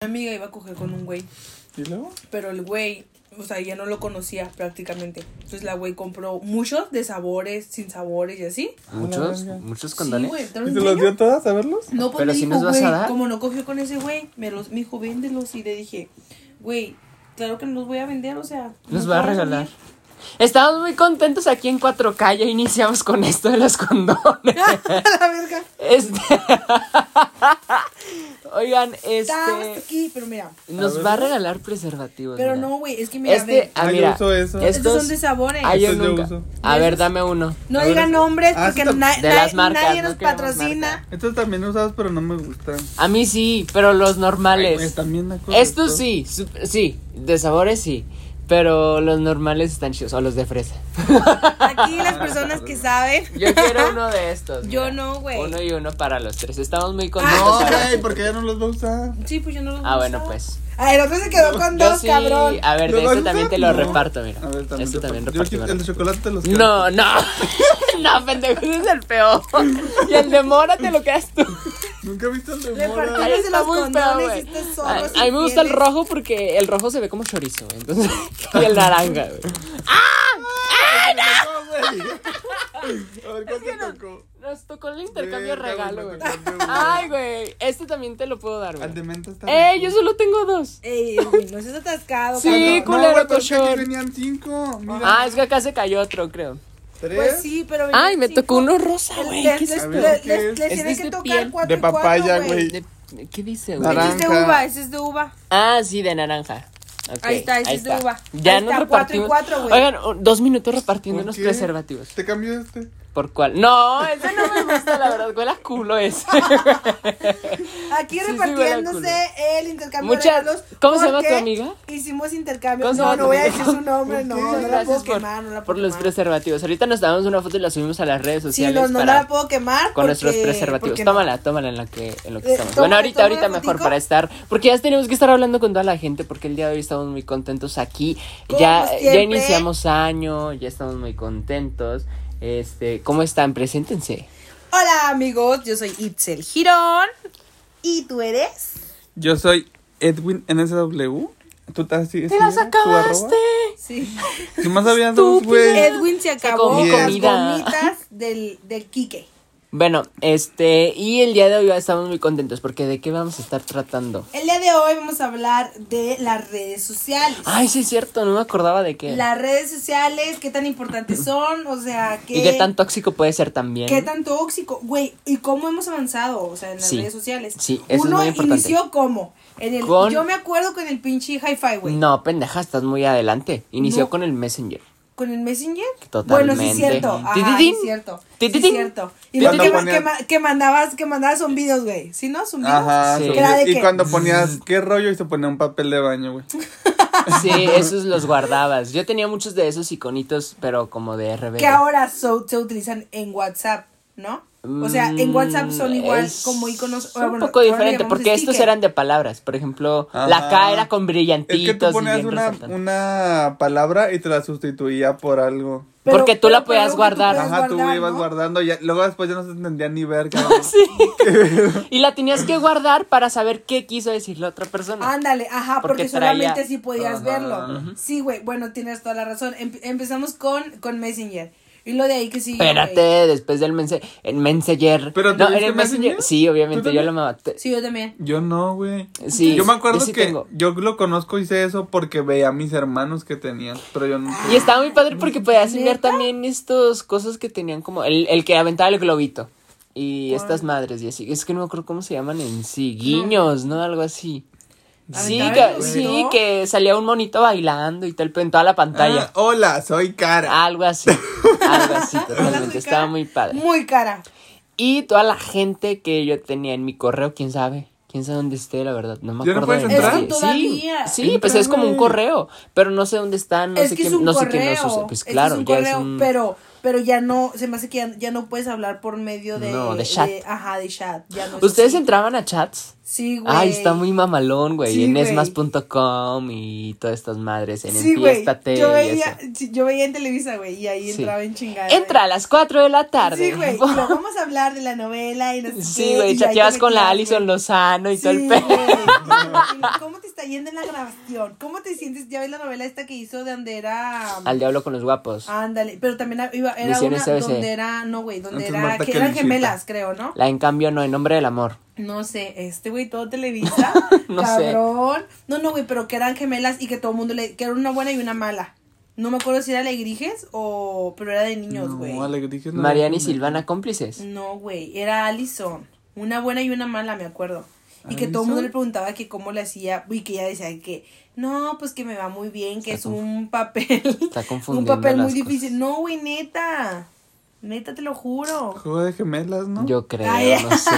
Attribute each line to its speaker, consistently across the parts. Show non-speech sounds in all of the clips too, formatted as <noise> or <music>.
Speaker 1: amiga iba a coger con un güey,
Speaker 2: ¿Y luego?
Speaker 1: pero el güey, o sea, ya no lo conocía prácticamente. Entonces la güey compró muchos de sabores, sin sabores y así.
Speaker 3: Ah, Muchos,
Speaker 2: verga.
Speaker 3: muchos
Speaker 1: Sí,
Speaker 3: condones.
Speaker 1: güey, ¿te lo
Speaker 2: ¿Y te los
Speaker 1: enseño?
Speaker 2: dio todas a verlos?
Speaker 1: No, pues
Speaker 3: Pero
Speaker 1: me
Speaker 3: si
Speaker 1: dijo,
Speaker 3: nos vas a
Speaker 1: güey,
Speaker 3: dar.
Speaker 1: como no cogió con ese güey, me los, me dijo, véndelos. Y le dije, güey, claro que no los voy a vender, o sea. no
Speaker 3: Nos
Speaker 1: te
Speaker 3: va a
Speaker 1: vas
Speaker 3: regalar.
Speaker 1: venir".
Speaker 3: Estamos muy contentos aquí en 4K. Ya iniciamos con esto de los condones.
Speaker 1: <laughs> A la verga.
Speaker 3: Este. <laughs> Oigan,
Speaker 1: Estabas
Speaker 3: este.
Speaker 1: aquí, pero mira.
Speaker 2: A
Speaker 3: Nos
Speaker 2: ver.
Speaker 3: va a regalar preservativos.
Speaker 1: Pero
Speaker 3: Pues mira.
Speaker 1: no, güey, es que mira,
Speaker 3: este.
Speaker 1: ve,
Speaker 3: Ah,
Speaker 2: Ah, yo
Speaker 3: mira.
Speaker 2: uso eso.
Speaker 3: Estos,
Speaker 1: Estos son de sabores.
Speaker 3: Ah, yo
Speaker 2: Estos yo
Speaker 3: nunca.
Speaker 2: uso.
Speaker 3: A ver, dame uno.
Speaker 1: No
Speaker 2: a ver,
Speaker 1: digan
Speaker 2: es-
Speaker 1: nombres
Speaker 2: ah,
Speaker 1: porque
Speaker 2: esto-
Speaker 1: na-
Speaker 3: de
Speaker 1: na-
Speaker 3: las marcas,
Speaker 1: nadie
Speaker 3: no
Speaker 1: nos
Speaker 3: queremos
Speaker 1: patrocina.
Speaker 3: marcas.
Speaker 2: Estos también usados, pero no me gustan.
Speaker 3: A mí sí, pero los
Speaker 2: Ay,
Speaker 3: normales.
Speaker 2: güey, también una cosa,
Speaker 3: Estos
Speaker 2: esto.
Speaker 3: sí, su- sí, de sabores sí. Pero los normales están chidos, o los de fresa.
Speaker 1: Aquí las personas que saben.
Speaker 3: <laughs> Yo quiero uno de estos.
Speaker 1: Yo
Speaker 3: mira.
Speaker 1: no, güey. Ah,
Speaker 3: Uno y uno para los tres. Estamos muy
Speaker 2: No,
Speaker 3: contentos. ahora
Speaker 2: güey,
Speaker 3: sí.
Speaker 2: porque ya no los va a usar.
Speaker 1: Sí, pues yo no los
Speaker 3: Ah,
Speaker 1: voy a
Speaker 3: bueno,
Speaker 1: usar.
Speaker 3: pues.
Speaker 1: Ah, el otro se quedó con
Speaker 3: Yo
Speaker 1: dos,
Speaker 3: sí,
Speaker 1: cabrón.
Speaker 3: a ver,
Speaker 2: ¿Lo
Speaker 3: de
Speaker 2: vas a
Speaker 3: este también
Speaker 2: usar?
Speaker 3: te lo
Speaker 2: No.
Speaker 3: reparto, mira.
Speaker 2: A ver, también.
Speaker 3: este
Speaker 2: reparto.
Speaker 3: también
Speaker 2: Yo aquí
Speaker 3: reparto.
Speaker 2: el de chocolate te los
Speaker 3: <laughs> No, no. no, pendejo, ese es el peor. Y el de mora te lo quedas tú.
Speaker 2: Nunca viste el de
Speaker 1: Le
Speaker 2: mora.
Speaker 1: faltó- Ay, está muy feo, güey.
Speaker 3: a, a mí me gusta el rojo porque el rojo se ve como chorizo, güey. Entonces, <laughs> y el naranja, güey.
Speaker 2: A ver, ¿cuál te tocó?
Speaker 3: Nos tocó el intercambio de
Speaker 2: Verga,
Speaker 3: regalo,
Speaker 2: güey,
Speaker 3: güey.
Speaker 2: me tocó el de mora.
Speaker 3: Ay, güey. Este también te lo puedo dar,
Speaker 2: Al de
Speaker 3: güey.
Speaker 2: menta está.
Speaker 3: ¡Eh!
Speaker 2: rico.
Speaker 3: Yo solo tengo dos.
Speaker 1: Ey, güey, no seas atascado,
Speaker 3: Sí,
Speaker 1: cabrón.
Speaker 3: cu- culero,
Speaker 2: güey, pero es que
Speaker 3: cochón.
Speaker 2: aquí venían cinco. Mira,
Speaker 3: Ah, es que acá se cayó otro, creo.
Speaker 2: tres.
Speaker 1: Pues sí, pero.
Speaker 3: Ay, me tocó
Speaker 1: uno
Speaker 3: uno rosa, güey. ¿Qué es
Speaker 1: Les,
Speaker 3: esto?
Speaker 2: ver,
Speaker 1: les-
Speaker 2: ¿qué
Speaker 1: les-
Speaker 2: es?
Speaker 1: les
Speaker 3: Es
Speaker 1: tiene
Speaker 3: de
Speaker 1: que tocar
Speaker 3: piel.
Speaker 1: cuatro
Speaker 2: De
Speaker 1: y cuatro,
Speaker 2: papaya, güey.
Speaker 3: De- ¿Qué dice, güey?
Speaker 1: Ese es de
Speaker 2: Naranja.
Speaker 1: uva, ese es de uva.
Speaker 3: Ah, sí, de naranja. Ok,
Speaker 1: Ahí está, ese es de uva.
Speaker 3: Ya
Speaker 1: Ahí
Speaker 3: nos
Speaker 1: está, cuatro y
Speaker 3: repartimos.
Speaker 1: cuatro, güey.
Speaker 3: Oigan, un- dos minutos repartiendo
Speaker 2: ¿Por
Speaker 3: unos
Speaker 2: qué?
Speaker 3: preservativos.
Speaker 2: Te cambio este.
Speaker 3: ¿Por cuál? No, ese no me gusta, la verdad. Huele a culo
Speaker 1: <laughs>
Speaker 3: ese.
Speaker 1: Aquí
Speaker 3: Sí, sí,
Speaker 1: repartiéndose
Speaker 3: huele a
Speaker 1: el intercambio
Speaker 3: Muchas-
Speaker 1: de regalos.
Speaker 3: ¿Cómo se llama tu
Speaker 1: porque
Speaker 3: amiga?
Speaker 1: Hicimos intercambio.
Speaker 3: ¿Cómo se
Speaker 1: no,
Speaker 3: llama
Speaker 1: no
Speaker 3: tu
Speaker 1: voy a
Speaker 3: amiga?
Speaker 1: decir su
Speaker 3: <laughs>
Speaker 1: nombre, no. No la puedo
Speaker 3: Gracias por,
Speaker 1: quemar, no la puedo
Speaker 3: por los
Speaker 1: quemar.
Speaker 3: preservativos. Ahorita nos damos una foto y la subimos a las redes
Speaker 1: Sí,
Speaker 3: sociales
Speaker 1: los, no
Speaker 3: para-
Speaker 1: la puedo quemar.
Speaker 3: con nuestros
Speaker 1: porque-
Speaker 3: preservativos.
Speaker 1: porque no.
Speaker 3: Tómala, tómala en lo que, en lo que
Speaker 1: Eh,
Speaker 3: estamos.
Speaker 1: tómala,
Speaker 3: bueno, ahorita,
Speaker 1: tómala,
Speaker 3: ahorita mejor
Speaker 1: fotico.
Speaker 3: para estar, porque ya tenemos que estar hablando con toda la gente, porque el día de hoy estamos muy contentos aquí.
Speaker 1: Como
Speaker 3: Ya, ya
Speaker 1: siempre.
Speaker 3: iniciamos año, ya estamos muy contentos. Este, ¿cómo están? Preséntense.
Speaker 1: Hola, amigos. Yo soy Itzel Girón. ¿Y tú eres?
Speaker 2: Yo soy Edwin NSW. ¿Tú te has ¿Te
Speaker 1: Sí.
Speaker 2: ¿Qué más habías dos, güey?
Speaker 1: Edwin se
Speaker 3: acabó
Speaker 1: acabó
Speaker 2: mi
Speaker 1: las
Speaker 3: comida.
Speaker 1: gomitas del, del Quique.
Speaker 3: Bueno, este, y el día de hoy ya estamos muy contentos, porque ¿de qué vamos a estar tratando?
Speaker 1: El día de hoy vamos a hablar de las redes sociales.
Speaker 3: Ay, sí es cierto, no me acordaba de qué.
Speaker 1: Las redes sociales, qué tan
Speaker 3: <laughs>
Speaker 1: importantes son, o sea, qué,
Speaker 3: Y qué tan tóxico puede ser también.
Speaker 1: qué tan tóxico, güey, y cómo hemos avanzado, o sea, en las
Speaker 3: Sí,
Speaker 1: redes sociales.
Speaker 3: sí, eso es
Speaker 1: Uno
Speaker 3: muy importante.
Speaker 1: inició como en el
Speaker 3: Con-
Speaker 1: yo me acuerdo con el pinche hi-fi, güey.
Speaker 3: No, pendeja, estás muy adelante. Inició
Speaker 1: No.
Speaker 3: con el Messenger.
Speaker 1: Con el Messenger.
Speaker 3: Totalmente.
Speaker 1: Bueno, sí es cierto. Ajá, sí
Speaker 3: Tititín.
Speaker 1: es cierto. Sí es
Speaker 3: Tititín.
Speaker 1: cierto. Y
Speaker 3: Cuando
Speaker 1: luego que,
Speaker 2: ponían-
Speaker 1: que ma- que mandabas, que mandabas zumbidos, güey. ¿Sí no? Zumbidos.
Speaker 2: Ajá,
Speaker 3: Sí.
Speaker 2: sí.
Speaker 1: Que era de
Speaker 2: Y
Speaker 1: que-
Speaker 2: cuando
Speaker 3: Mm.
Speaker 2: ponías, ¿qué rollo? Y se ponía un papel de baño, güey.
Speaker 3: Sí, esos los guardabas. Yo tenía muchos de esos iconitos, pero como de RBD.
Speaker 1: que ahora so- se utilizan en WhatsApp, ¿no? O sea, en WhatsApp son igual
Speaker 3: Mm, Es
Speaker 1: como iconos.
Speaker 3: Un poco diferente, porque estos eran de palabras. Por ejemplo, la
Speaker 2: Ajá.
Speaker 3: K era con
Speaker 2: Es
Speaker 3: brillantitos.
Speaker 2: que tú
Speaker 3: y
Speaker 2: ponías
Speaker 3: bien
Speaker 2: una,
Speaker 3: resaltante.
Speaker 2: una palabra y te la sustituía por algo.
Speaker 3: porque tú la podías guardar. Puedes
Speaker 2: Ajá, tú ibas
Speaker 1: guardando.
Speaker 2: guardando. Y ya- luego después ya no se entendía ni
Speaker 1: <laughs>
Speaker 2: ver, cabrón.
Speaker 3: <laughs> Y la tenías que guardar para saber qué quiso decir la otra persona.
Speaker 1: Ándale, ajá, porque,
Speaker 3: Porque
Speaker 1: solamente
Speaker 3: traía-
Speaker 1: sí podías
Speaker 2: Ajá.
Speaker 1: verlo. Sí, güey, bueno, tienes toda la razón. Em- empezamos con, con Messenger. Y lo de ahí que sigue. güey.
Speaker 3: Espérate, después del mense en Messenger.
Speaker 2: ¿Pero
Speaker 3: no, en
Speaker 2: tuviste
Speaker 3: el Messenger.
Speaker 2: Messenger?
Speaker 3: Sí, obviamente,
Speaker 2: ¿Tú
Speaker 3: yo
Speaker 2: también?
Speaker 3: lo amaba. Te-
Speaker 1: Sí, yo
Speaker 3: <clears throat>
Speaker 1: también.
Speaker 2: Yo no, güey.
Speaker 3: Sí,
Speaker 2: yo me
Speaker 3: yo
Speaker 2: acuerdo
Speaker 3: sí
Speaker 2: que
Speaker 3: tengo.
Speaker 2: yo lo conozco y sé eso porque veía a mis hermanos que tenían, pero yo no.
Speaker 3: Y estaba muy padre porque podías enviar también estos cosas que tenían como el, el que aventaba el globito. Y estas madres y así. Es que no me acuerdo cómo se llaman en sí. Guiños, ¿no? Algo así. Sí,
Speaker 1: Aventaba
Speaker 3: que,
Speaker 1: el
Speaker 3: sí,
Speaker 1: globito.
Speaker 3: que salía un monito bailando y tal, en toda la
Speaker 2: Ah,
Speaker 3: pantalla. Ah,
Speaker 2: hola, soy cara.
Speaker 1: <laughs>
Speaker 3: Algo así. Algo así,
Speaker 1: Ah. Hola, soy
Speaker 3: totalmente. Estaba
Speaker 1: cara.
Speaker 3: muy padre.
Speaker 1: Muy cara.
Speaker 3: Y toda la gente que yo tenía en mi correo, quién sabe. Quién sabe dónde esté, la verdad. No me
Speaker 2: ¿Ya no
Speaker 3: acuerdo.
Speaker 2: puedes
Speaker 3: de-
Speaker 2: entrar?
Speaker 3: Sí,
Speaker 1: Eso todavía.
Speaker 3: Sí, sí, pues es como un
Speaker 2: Entra, güey.
Speaker 3: correo. Pero no sé dónde están, no
Speaker 1: es
Speaker 3: sé
Speaker 1: que
Speaker 3: qué,
Speaker 1: es un
Speaker 3: no sé qué
Speaker 1: correo. Este
Speaker 3: nos usa. Pues
Speaker 1: Es que
Speaker 3: claro,
Speaker 1: es un
Speaker 3: ya
Speaker 1: correo,
Speaker 3: es un.
Speaker 1: pero pero ya no, se me hace que ya, ya no puedes hablar por medio de
Speaker 3: No, de chat.
Speaker 1: ajá, de chat. Ya no es
Speaker 3: ¿Ustedes
Speaker 1: así.
Speaker 3: entraban a chats?
Speaker 1: Sí, güey.
Speaker 3: Ay, está muy mamalón, güey.
Speaker 1: Sí,
Speaker 3: en
Speaker 1: güey.
Speaker 3: esmas.com y todas estas madres. En
Speaker 1: Sí, güey.
Speaker 3: Enfiéstate
Speaker 1: Yo
Speaker 3: y
Speaker 1: veía,
Speaker 3: eso.
Speaker 1: sí, yo veía en Televisa, güey, y ahí
Speaker 3: Sí.
Speaker 1: entraba en chingada.
Speaker 3: Entra a las 4 de la tarde.
Speaker 1: Sí,
Speaker 3: <laughs>
Speaker 1: güey. y luego vamos a hablar de la novela y no sé
Speaker 3: Sí,
Speaker 1: qué, y
Speaker 3: güey.
Speaker 1: ahí te
Speaker 3: Chateabas con la
Speaker 1: metías,
Speaker 3: Alison
Speaker 1: güey.
Speaker 3: Lozano y todo el
Speaker 1: Sí,
Speaker 3: pe... <laughs>
Speaker 1: güey, y luego, ¿Cómo te está yendo en la grabación? ¿Cómo te sientes? Ya ves la novela esta que hizo de donde era.
Speaker 3: Al eh. diablo con los guapos.
Speaker 1: Ándale, pero también iba, era
Speaker 3: Misiones
Speaker 1: una
Speaker 3: ABC.
Speaker 1: donde era, no güey, donde
Speaker 2: Antes
Speaker 1: era,
Speaker 2: Marta
Speaker 1: que
Speaker 2: que
Speaker 1: eran
Speaker 2: Ligita.
Speaker 1: gemelas, creo, ¿no?
Speaker 3: La en cambio no, en nombre del amor.
Speaker 1: No sé, este güey todo Televisa,
Speaker 3: <laughs> No sé.
Speaker 1: cabrón. No, no, güey, pero que eran gemelas y que todo el mundo le, que era una buena y una mala. No me acuerdo si era Alegrijes o, pero era de niños, güey.
Speaker 2: No, alegría. no.
Speaker 3: Mariana y Silvana cómplices.
Speaker 1: No, güey, era Allison. Una buena y una mala, me acuerdo. Y que todo el mundo
Speaker 2: ¿Allison?
Speaker 1: le preguntaba que cómo le hacía, y que ella decía que, no, pues que me va muy bien, que es un papel,
Speaker 3: <laughs> Está
Speaker 1: un
Speaker 3: confundiendo
Speaker 1: papel muy
Speaker 3: las cosas.
Speaker 1: difícil. No, güey, neta, neta te lo juro.
Speaker 2: Juego de gemelas, ¿no?
Speaker 3: Yo creo,
Speaker 1: Ay.
Speaker 3: no sé.
Speaker 1: <laughs>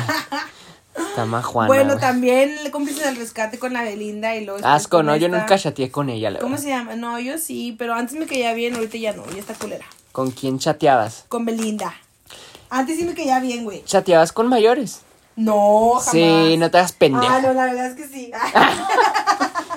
Speaker 3: Está más Juana.
Speaker 1: bueno,
Speaker 3: güey.
Speaker 1: también le cómplices del rescate con la Belinda y luego...
Speaker 3: Asco, no, yo
Speaker 1: esta-
Speaker 3: nunca chateé con ella, la
Speaker 1: ¿Cómo
Speaker 3: verdad.
Speaker 1: se llama? No, yo sí, pero antes me caía bien, ahorita ya no, ya está culera.
Speaker 3: ¿Con quién chateabas?
Speaker 1: Con Belinda. Antes sí me caía bien, güey.
Speaker 3: Chateabas con mayores.
Speaker 1: No, jamás.
Speaker 3: Sí, no te hagas pendeja.
Speaker 1: Ah, no, la verdad es que
Speaker 3: <laughs>
Speaker 1: sí.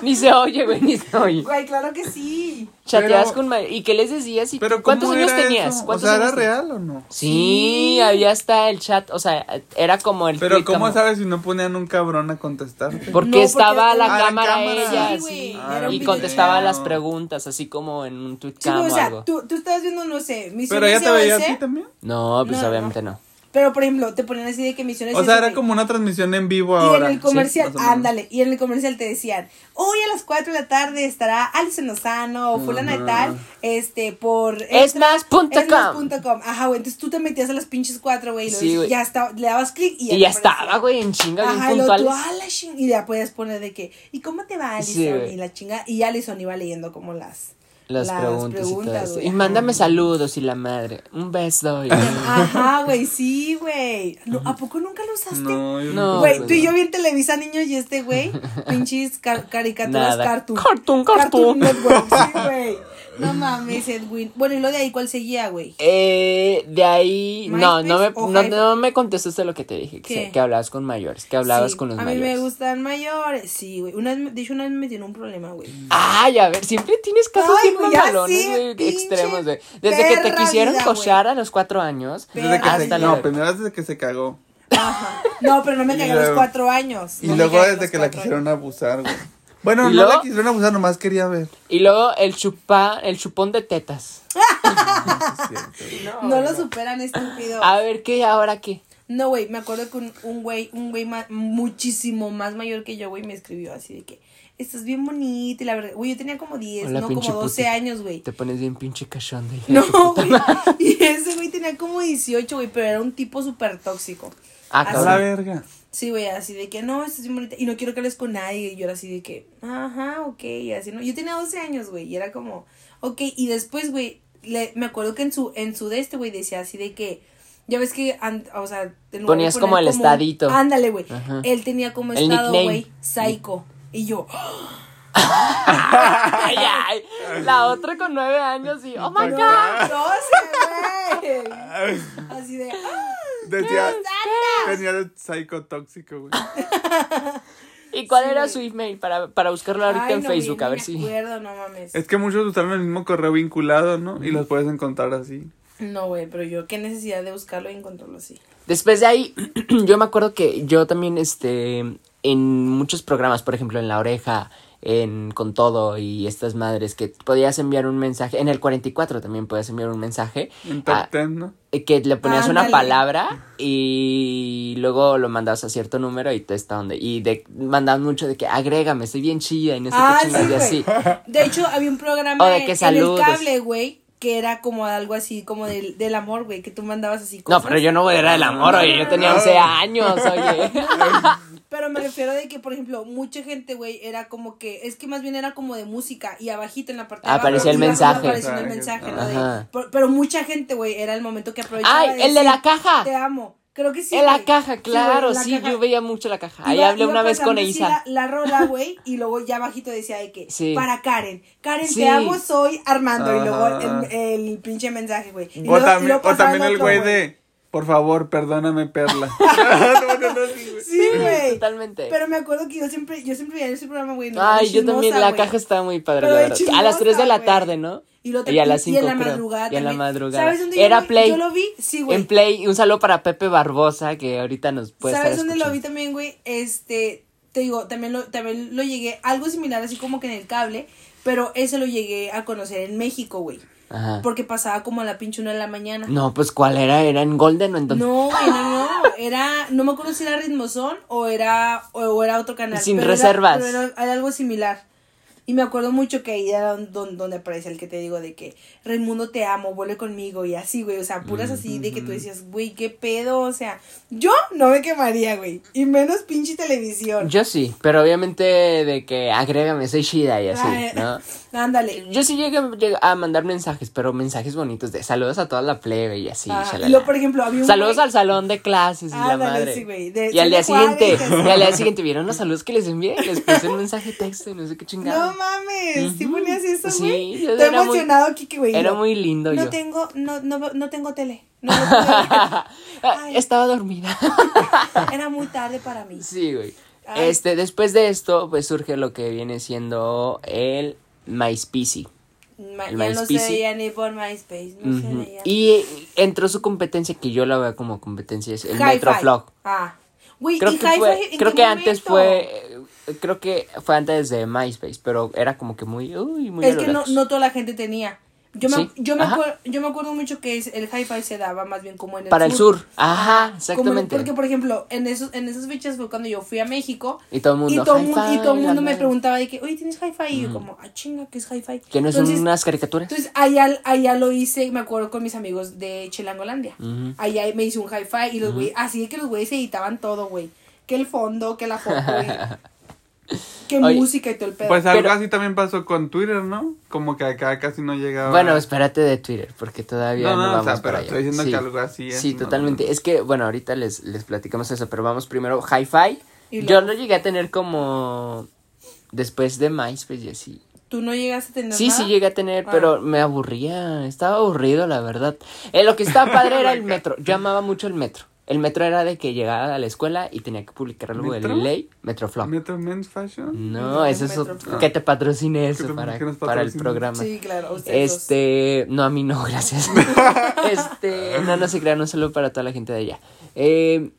Speaker 3: Ni se oye, güey, ni se oye.
Speaker 1: Güey, claro que sí.
Speaker 3: Chateabas
Speaker 2: Pero-
Speaker 3: con mayores. ¿Y qué les decías? ¿Y
Speaker 2: Pero
Speaker 3: ¿Cuántos
Speaker 2: ¿cómo
Speaker 3: años
Speaker 2: era
Speaker 3: tenías?
Speaker 2: eso? O
Speaker 3: ¿Cuántos
Speaker 2: sea, ¿era
Speaker 3: años tenías?
Speaker 2: real o no?
Speaker 3: Sí, había hasta el chat, o sea, era como el
Speaker 2: Pero
Speaker 3: tweet
Speaker 2: ¿cómo
Speaker 3: como-
Speaker 2: sabes si no ponían un cabrón a contestarte?
Speaker 3: Porque
Speaker 1: No, porque
Speaker 3: estaba
Speaker 1: era-
Speaker 3: la
Speaker 2: Ah, la
Speaker 3: cámara,
Speaker 2: cámara.
Speaker 3: ella,
Speaker 1: Sí, güey,
Speaker 3: sí,
Speaker 1: Ah, era
Speaker 3: y
Speaker 1: un
Speaker 3: contestaba
Speaker 2: video.
Speaker 3: las preguntas, así como en un tweet
Speaker 1: Sí, güey,
Speaker 3: cam
Speaker 1: o
Speaker 3: o
Speaker 1: sea,
Speaker 3: algo.
Speaker 1: tú, tú estabas viendo, no sé,
Speaker 2: Pero
Speaker 1: misiones
Speaker 2: ella te veía a
Speaker 1: SOS,
Speaker 2: ti también.
Speaker 3: No, pues
Speaker 1: No,
Speaker 3: obviamente no.
Speaker 1: Pero por ejemplo, te ponían así de que misiones
Speaker 2: O sea,
Speaker 1: SOS,
Speaker 2: era como una transmisión en vivo
Speaker 1: Y
Speaker 2: ahora.
Speaker 1: en el comercial,
Speaker 2: Sí, más o menos.
Speaker 1: ándale, y en el comercial te decían, hoy a las 4 de la tarde estará Alison Lozano o fulana de tal, este, por...
Speaker 3: Es
Speaker 1: extra-
Speaker 3: más punto
Speaker 1: es más
Speaker 3: com.
Speaker 1: punto com. Ajá, güey, entonces tú te metías a las pinches 4, güey, y luego
Speaker 3: Sí, güey.
Speaker 1: ya estaba, le dabas clic y
Speaker 3: Y ya
Speaker 1: te aparecía.
Speaker 3: estaba, güey, en chinga, bien
Speaker 1: Ajá, y luego tú,
Speaker 3: puntuales.
Speaker 1: "Ah, la ching-", y ya podías poner de que, ¿y cómo te va Alison?
Speaker 3: Sí, güey.
Speaker 1: y la chinga, y Alison iba leyendo como las...
Speaker 3: Las, preguntas, y todo
Speaker 1: preguntas,
Speaker 3: eso.
Speaker 1: güey,
Speaker 3: Y
Speaker 1: ajá.
Speaker 3: mándame saludos y la madre. Un
Speaker 1: <laughs>
Speaker 3: beso. y-
Speaker 1: Ajá, güey, sí, güey. No, ¿A poco nunca lo usaste?
Speaker 2: No, yo
Speaker 3: No, pues
Speaker 2: nunca-
Speaker 1: Güey, tú y yo
Speaker 3: no.
Speaker 1: vi en Televisa niños y este güey, pinches car- caricaturas
Speaker 3: Nada.
Speaker 1: cartoon.
Speaker 3: Cartoon, cartoon.
Speaker 1: Network, sí, güey. No mames, Edwin. Bueno, y lo de ahí, ¿cuál seguía, güey?
Speaker 3: Eh, de ahí. No, no me,
Speaker 1: MySpace o
Speaker 3: no,
Speaker 1: Hi-
Speaker 3: no me contestaste lo que te dije.
Speaker 1: ¿Qué?
Speaker 3: Que, que hablabas con mayores. Que hablabas
Speaker 1: Sí,
Speaker 3: con los
Speaker 1: A mí
Speaker 3: mayores.
Speaker 1: me gustan mayores. Sí, güey. Una vez, me- de hecho, una vez me tiene un problema, güey.
Speaker 3: Ay, a ver, siempre tienes casos
Speaker 1: Ay,
Speaker 3: bien
Speaker 1: güey, ya
Speaker 3: mamalones,
Speaker 1: sí,
Speaker 3: güey,
Speaker 1: pinche
Speaker 3: extremos, güey. Desde que te
Speaker 1: perra
Speaker 3: quisieron
Speaker 1: vida,
Speaker 3: cochar a los cuatro años.
Speaker 2: Desde que
Speaker 3: hasta
Speaker 2: se,
Speaker 3: la-
Speaker 2: no, primero desde que se cagó.
Speaker 1: Ajá. No, pero no me
Speaker 2: Y
Speaker 1: cagué a los
Speaker 2: luego-
Speaker 1: cuatro años.
Speaker 2: Y
Speaker 1: No me
Speaker 2: luego
Speaker 1: cagué a
Speaker 2: desde
Speaker 1: los
Speaker 2: que la
Speaker 1: cuatro
Speaker 2: quisieron abusar, güey. Bueno,
Speaker 3: ¿Y
Speaker 2: no
Speaker 3: luego?
Speaker 2: la quisieron abusar, nomás quería ver.
Speaker 3: Y luego el chupá, el chupón de tetas.
Speaker 1: Ah, años. No lo superan, estúpido.
Speaker 3: A ver, ¿qué? ¿Ahora qué?
Speaker 1: No, güey, me acuerdo que un, un güey, un güey ma- muchísimo más mayor que yo, güey, me escribió así de que, estás bien bonita y la verdad, güey, yo tenía como 10,
Speaker 3: Hola,
Speaker 1: no
Speaker 3: pinche
Speaker 1: como 12
Speaker 3: puti.
Speaker 1: años, güey.
Speaker 3: Te pones bien pinche cachón
Speaker 1: <laughs>
Speaker 3: de
Speaker 1: No, güey. <laughs> Y ese güey tenía como 18, güey, pero era un tipo súper tóxico.
Speaker 3: Ah,
Speaker 1: Así.
Speaker 2: A la
Speaker 3: cabrón.
Speaker 2: verga.
Speaker 1: Sí, güey, así de que, no, estás bien bonita y no quiero que hables con nadie. Y yo era así de que, ajá, ok, y así, ¿no? Yo tenía 12 años, güey, y era como, ok, y después, güey, le- me acuerdo que en su, en su de este, güey, decía así de que, ya ves que, an- o sea, en lugar de
Speaker 3: Ponías como el estadito.
Speaker 1: Ándale, güey.
Speaker 3: Ajá.
Speaker 1: Él tenía como
Speaker 3: El
Speaker 1: estado,
Speaker 3: nickname.
Speaker 1: güey, psycho. Y yo, <laughs>
Speaker 3: Ay, ay. La otra con nueve años y, oh my god. <laughs>
Speaker 1: 12, "¡Ah, güey. Así de, ah,
Speaker 2: Decía, tenía el psycho tóxico, güey.
Speaker 3: ¿Y cuál
Speaker 1: Sí,
Speaker 3: era
Speaker 1: güey.
Speaker 3: su email para, para buscarlo ahorita
Speaker 1: ay,
Speaker 3: en
Speaker 1: no,
Speaker 3: Facebook?
Speaker 1: güey,
Speaker 3: a
Speaker 1: ni
Speaker 3: ver
Speaker 1: me
Speaker 3: si.
Speaker 1: acuerdo, no mames.
Speaker 2: Es que muchos usaron el mismo correo vinculado, ¿no? Y los puedes encontrar así.
Speaker 1: No, güey, pero yo, qué necesidad de buscarlo y encontrarlo así.
Speaker 3: Después de ahí, <clears throat> yo me acuerdo que yo también, este, en muchos programas, por ejemplo, en La Oreja, en Con Todo y estas madres, que podías enviar un mensaje, en el 44 también podías enviar un mensaje,
Speaker 2: En
Speaker 3: a-
Speaker 2: top ten, ¿no?
Speaker 3: eh, que le ponías una
Speaker 1: Ándale.
Speaker 3: palabra y luego lo mandabas a cierto número y te está donde, y de, mandaban mucho de que agrégame, estoy bien chida y no sé
Speaker 1: Ah,
Speaker 3: qué chingas
Speaker 1: sí,
Speaker 3: y
Speaker 1: güey.
Speaker 3: así.
Speaker 1: De hecho, había un programa
Speaker 3: O de
Speaker 1: en- en
Speaker 3: que
Speaker 1: el
Speaker 3: saludos.
Speaker 1: cable, güey, que era como algo así, como del, del amor, güey, que tú mandabas así
Speaker 3: No,
Speaker 1: cosas.
Speaker 3: pero yo no era el amor, oye, yo tenía 11 años, oye.
Speaker 1: Pero me refiero de que, por ejemplo, mucha gente, güey, era como que, es que más bien era como de música y abajito en la parte de abajo
Speaker 3: Aparecía Ah, el
Speaker 1: iba como
Speaker 3: mensaje.
Speaker 1: apareciendo el mensaje, ¿no? De-
Speaker 3: Ajá.
Speaker 1: por- pero mucha gente, güey, era el momento que aprovechaba
Speaker 3: ¡Ay, el de
Speaker 1: decir,
Speaker 3: la caja!
Speaker 1: Te amo. Creo que <laughs> sí.
Speaker 3: en la
Speaker 1: güey.
Speaker 3: caja,
Speaker 1: güey, en
Speaker 3: claro,
Speaker 1: la
Speaker 3: sí,
Speaker 1: caja.
Speaker 3: yo veía mucho la caja. Ahí
Speaker 1: Iba-
Speaker 3: hablé
Speaker 1: iba
Speaker 3: una vez con
Speaker 1: pasando así
Speaker 3: Isa.
Speaker 1: La, la rola, güey, y luego ya bajito decía de que
Speaker 3: Sí.
Speaker 1: para Karen. Karen,
Speaker 3: Sí.
Speaker 1: te amo, soy Armando. Y luego
Speaker 2: Ajá.
Speaker 1: el, el pinche mensaje, güey. Y
Speaker 2: O
Speaker 1: luego- y
Speaker 2: también,
Speaker 1: luego
Speaker 2: o
Speaker 1: pasaba
Speaker 2: también el
Speaker 1: otro,
Speaker 2: güey de. Por favor,
Speaker 1: <laughs>
Speaker 2: perdóname, Perla. <laughs> no, no, no, sí,
Speaker 3: <laughs>
Speaker 2: güey.
Speaker 1: Sí, güey.
Speaker 3: Totalmente.
Speaker 1: Pero me acuerdo que yo siempre, yo siempre veía ese programa, güey. no,
Speaker 3: Ay,
Speaker 1: de
Speaker 3: yo también,
Speaker 1: chismosa,
Speaker 3: la
Speaker 1: güey.
Speaker 3: caja estaba muy padre,
Speaker 1: Pero
Speaker 3: la
Speaker 1: de
Speaker 3: verdad. a las 3 de la
Speaker 1: chismosa,
Speaker 3: tarde,
Speaker 1: güey.
Speaker 3: ¿no?
Speaker 1: Y, lo te-
Speaker 3: Y a las
Speaker 1: Y en
Speaker 3: 5
Speaker 1: la
Speaker 3: creo.
Speaker 1: madrugada.
Speaker 3: Y a la
Speaker 1: también.
Speaker 3: madrugada.
Speaker 1: ¿Sabes dónde yo
Speaker 3: Era
Speaker 1: lo vi?
Speaker 3: Play.
Speaker 1: Yo lo vi, sí, güey.
Speaker 3: En Play, un saludo para Pepe Barbosa, que ahorita nos puede
Speaker 1: ¿Sabes
Speaker 3: estar
Speaker 1: dónde lo vi
Speaker 3: pues, escuchando.
Speaker 1: también, güey? Este, te digo, también lo, también lo llegué, algo similar así como que en el cable, pero ese lo llegué a conocer en México, güey.
Speaker 3: Ajá.
Speaker 1: Porque pasaba como a la pinche una de la mañana.
Speaker 3: No, pues ¿cuál era? ¿Era en Golden o en dónde? <laughs>
Speaker 1: No, güey, no, no. Era, no me acuerdo si era Ritmozón o era, o, o era otro canal.
Speaker 3: Sin
Speaker 1: pero era-
Speaker 3: reservas.
Speaker 1: pero Era, era algo similar. Y me acuerdo mucho que ahí era don- don- donde aparece el que te digo de que Raimundo te amo, vuelve conmigo y así, güey. O sea, puras así de que tú decías, güey, qué pedo. O sea, yo no me quemaría, güey. Y menos pinche televisión.
Speaker 3: Yo sí, pero obviamente de que agrégame, soy chida y así,
Speaker 1: Ay,
Speaker 3: ¿no?
Speaker 1: <laughs> Ándale.
Speaker 3: Yo sí llegué llegué a mandar mensajes, pero mensajes bonitos de saludos a toda la plebe y así.
Speaker 1: Ah,
Speaker 3: shalala.
Speaker 1: y luego, por ejemplo, había un.
Speaker 3: Saludos
Speaker 1: güey-
Speaker 3: al salón de clases y la
Speaker 1: Ándale,
Speaker 3: madre.
Speaker 1: sí, güey, de-
Speaker 3: y al día
Speaker 1: son de
Speaker 3: siguiente,
Speaker 1: Juárez,
Speaker 3: y al día siguiente vieron los saludos que les envié, les puse un mensaje de texto y no sé qué chingada.
Speaker 1: No mames, ¿sí ponías eso,
Speaker 3: Sí,
Speaker 1: güey?
Speaker 3: yo
Speaker 1: Estoy
Speaker 3: era muy-
Speaker 1: emocionado, Kiki, güey.
Speaker 3: Era
Speaker 1: Yo,
Speaker 3: muy lindo
Speaker 1: No
Speaker 3: yo.
Speaker 1: tengo, no, no, no tengo
Speaker 3: <laughs>
Speaker 1: tele. No, no tengo
Speaker 3: Ah, Estaba dormida. <laughs>
Speaker 1: tele. Era muy tarde para mí.
Speaker 3: sí, güey.
Speaker 1: Ay.
Speaker 3: Este, después de esto, pues surge lo que viene siendo el MySpace.
Speaker 1: Ma-
Speaker 3: El
Speaker 1: ya no se
Speaker 3: MySpace.
Speaker 1: veía ni por MySpace. No se
Speaker 3: Ujú.
Speaker 1: veía.
Speaker 3: Y entró su competencia, que yo la veo como competencia, es el
Speaker 1: Hi-Fi.
Speaker 3: Metroflog.
Speaker 1: Ah. Güey,
Speaker 3: Creo
Speaker 1: ¿y
Speaker 3: que,
Speaker 1: Hi-Fi
Speaker 3: fue,
Speaker 1: en
Speaker 3: creo
Speaker 1: qué
Speaker 3: que antes
Speaker 1: momento?
Speaker 3: fue, eh, creo que fue antes de MySpace, pero era como que muy, uy, muy a
Speaker 1: Es
Speaker 3: lo
Speaker 1: que no,
Speaker 3: lejos.
Speaker 1: no toda la gente tenía. Yo me,
Speaker 3: Sí,
Speaker 1: yo, me
Speaker 3: ajá.
Speaker 1: acuer- yo me acuerdo mucho que es- el hi-fi se daba más bien como en el
Speaker 3: Para el
Speaker 1: sur.
Speaker 3: sur. Ajá,
Speaker 1: Como en-
Speaker 3: exactamente.
Speaker 1: porque, por ejemplo, en, esos, en esas fechas fue cuando yo fui a México.
Speaker 3: Y todo el mundo,
Speaker 1: Y todo,
Speaker 3: "Hi-Fi,
Speaker 1: mu- y todo el
Speaker 3: la
Speaker 1: mundo me
Speaker 3: madre".
Speaker 1: preguntaba de que, oye, ¿tienes hi-fi? Y yo como, ah, chinga, ¿qué es hi-fi?
Speaker 3: Que no son
Speaker 1: Entonces,
Speaker 3: unas caricaturas.
Speaker 1: Entonces, allá, allá lo hice, me acuerdo con mis amigos de Chilangolandia. Allá me hice un hi-fi y los güeyes, así que los güeyes editaban todo, güey. Que el fondo, que la foto, güey.
Speaker 3: <laughs>
Speaker 1: Que
Speaker 3: Oye.
Speaker 1: música y todo el pedo.
Speaker 2: Pues algo
Speaker 3: Pero-
Speaker 2: así también pasó con Twitter, ¿no? Como que acá casi no llegaba.
Speaker 3: Bueno, espérate de Twitter, porque todavía
Speaker 2: No,
Speaker 3: no,
Speaker 2: no, o
Speaker 3: vamos
Speaker 2: sea, pero
Speaker 3: para allá.
Speaker 2: estoy diciendo que algo así es,
Speaker 3: Sí,
Speaker 2: no,
Speaker 3: totalmente. Es que, bueno, ahorita les, les platicamos eso, pero vamos primero Hi-Fi.
Speaker 1: Y
Speaker 3: Yo
Speaker 1: luego-
Speaker 3: lo llegué a tener como después de MySpace y así.
Speaker 1: ¿Tú no llegaste a tener
Speaker 3: Sí,
Speaker 1: nada?
Speaker 3: sí llegué a tener,
Speaker 1: Ah.
Speaker 3: pero me aburría, estaba aburrido, la verdad. Eh, lo que
Speaker 1: <laughs>
Speaker 3: estaba padre era el metro, yo amaba mucho el metro. El metro era de que llegaba a la escuela y tenía que publicar algo
Speaker 2: ¿Metro?
Speaker 3: de ley, Metroflop.
Speaker 2: Metro Men's Fashion.
Speaker 3: No, eso es
Speaker 1: Metroflop.
Speaker 3: otro- que te patrocine eso
Speaker 2: te-
Speaker 3: para,
Speaker 2: que nos
Speaker 3: para el
Speaker 2: patrocine.
Speaker 3: programa.
Speaker 1: Sí, claro. a ustedes dos.
Speaker 3: Este, no, a mí no,
Speaker 1: <laughs>
Speaker 3: <laughs> gracias. este, no, no se crean, un saludo para toda la gente de allá. Eh,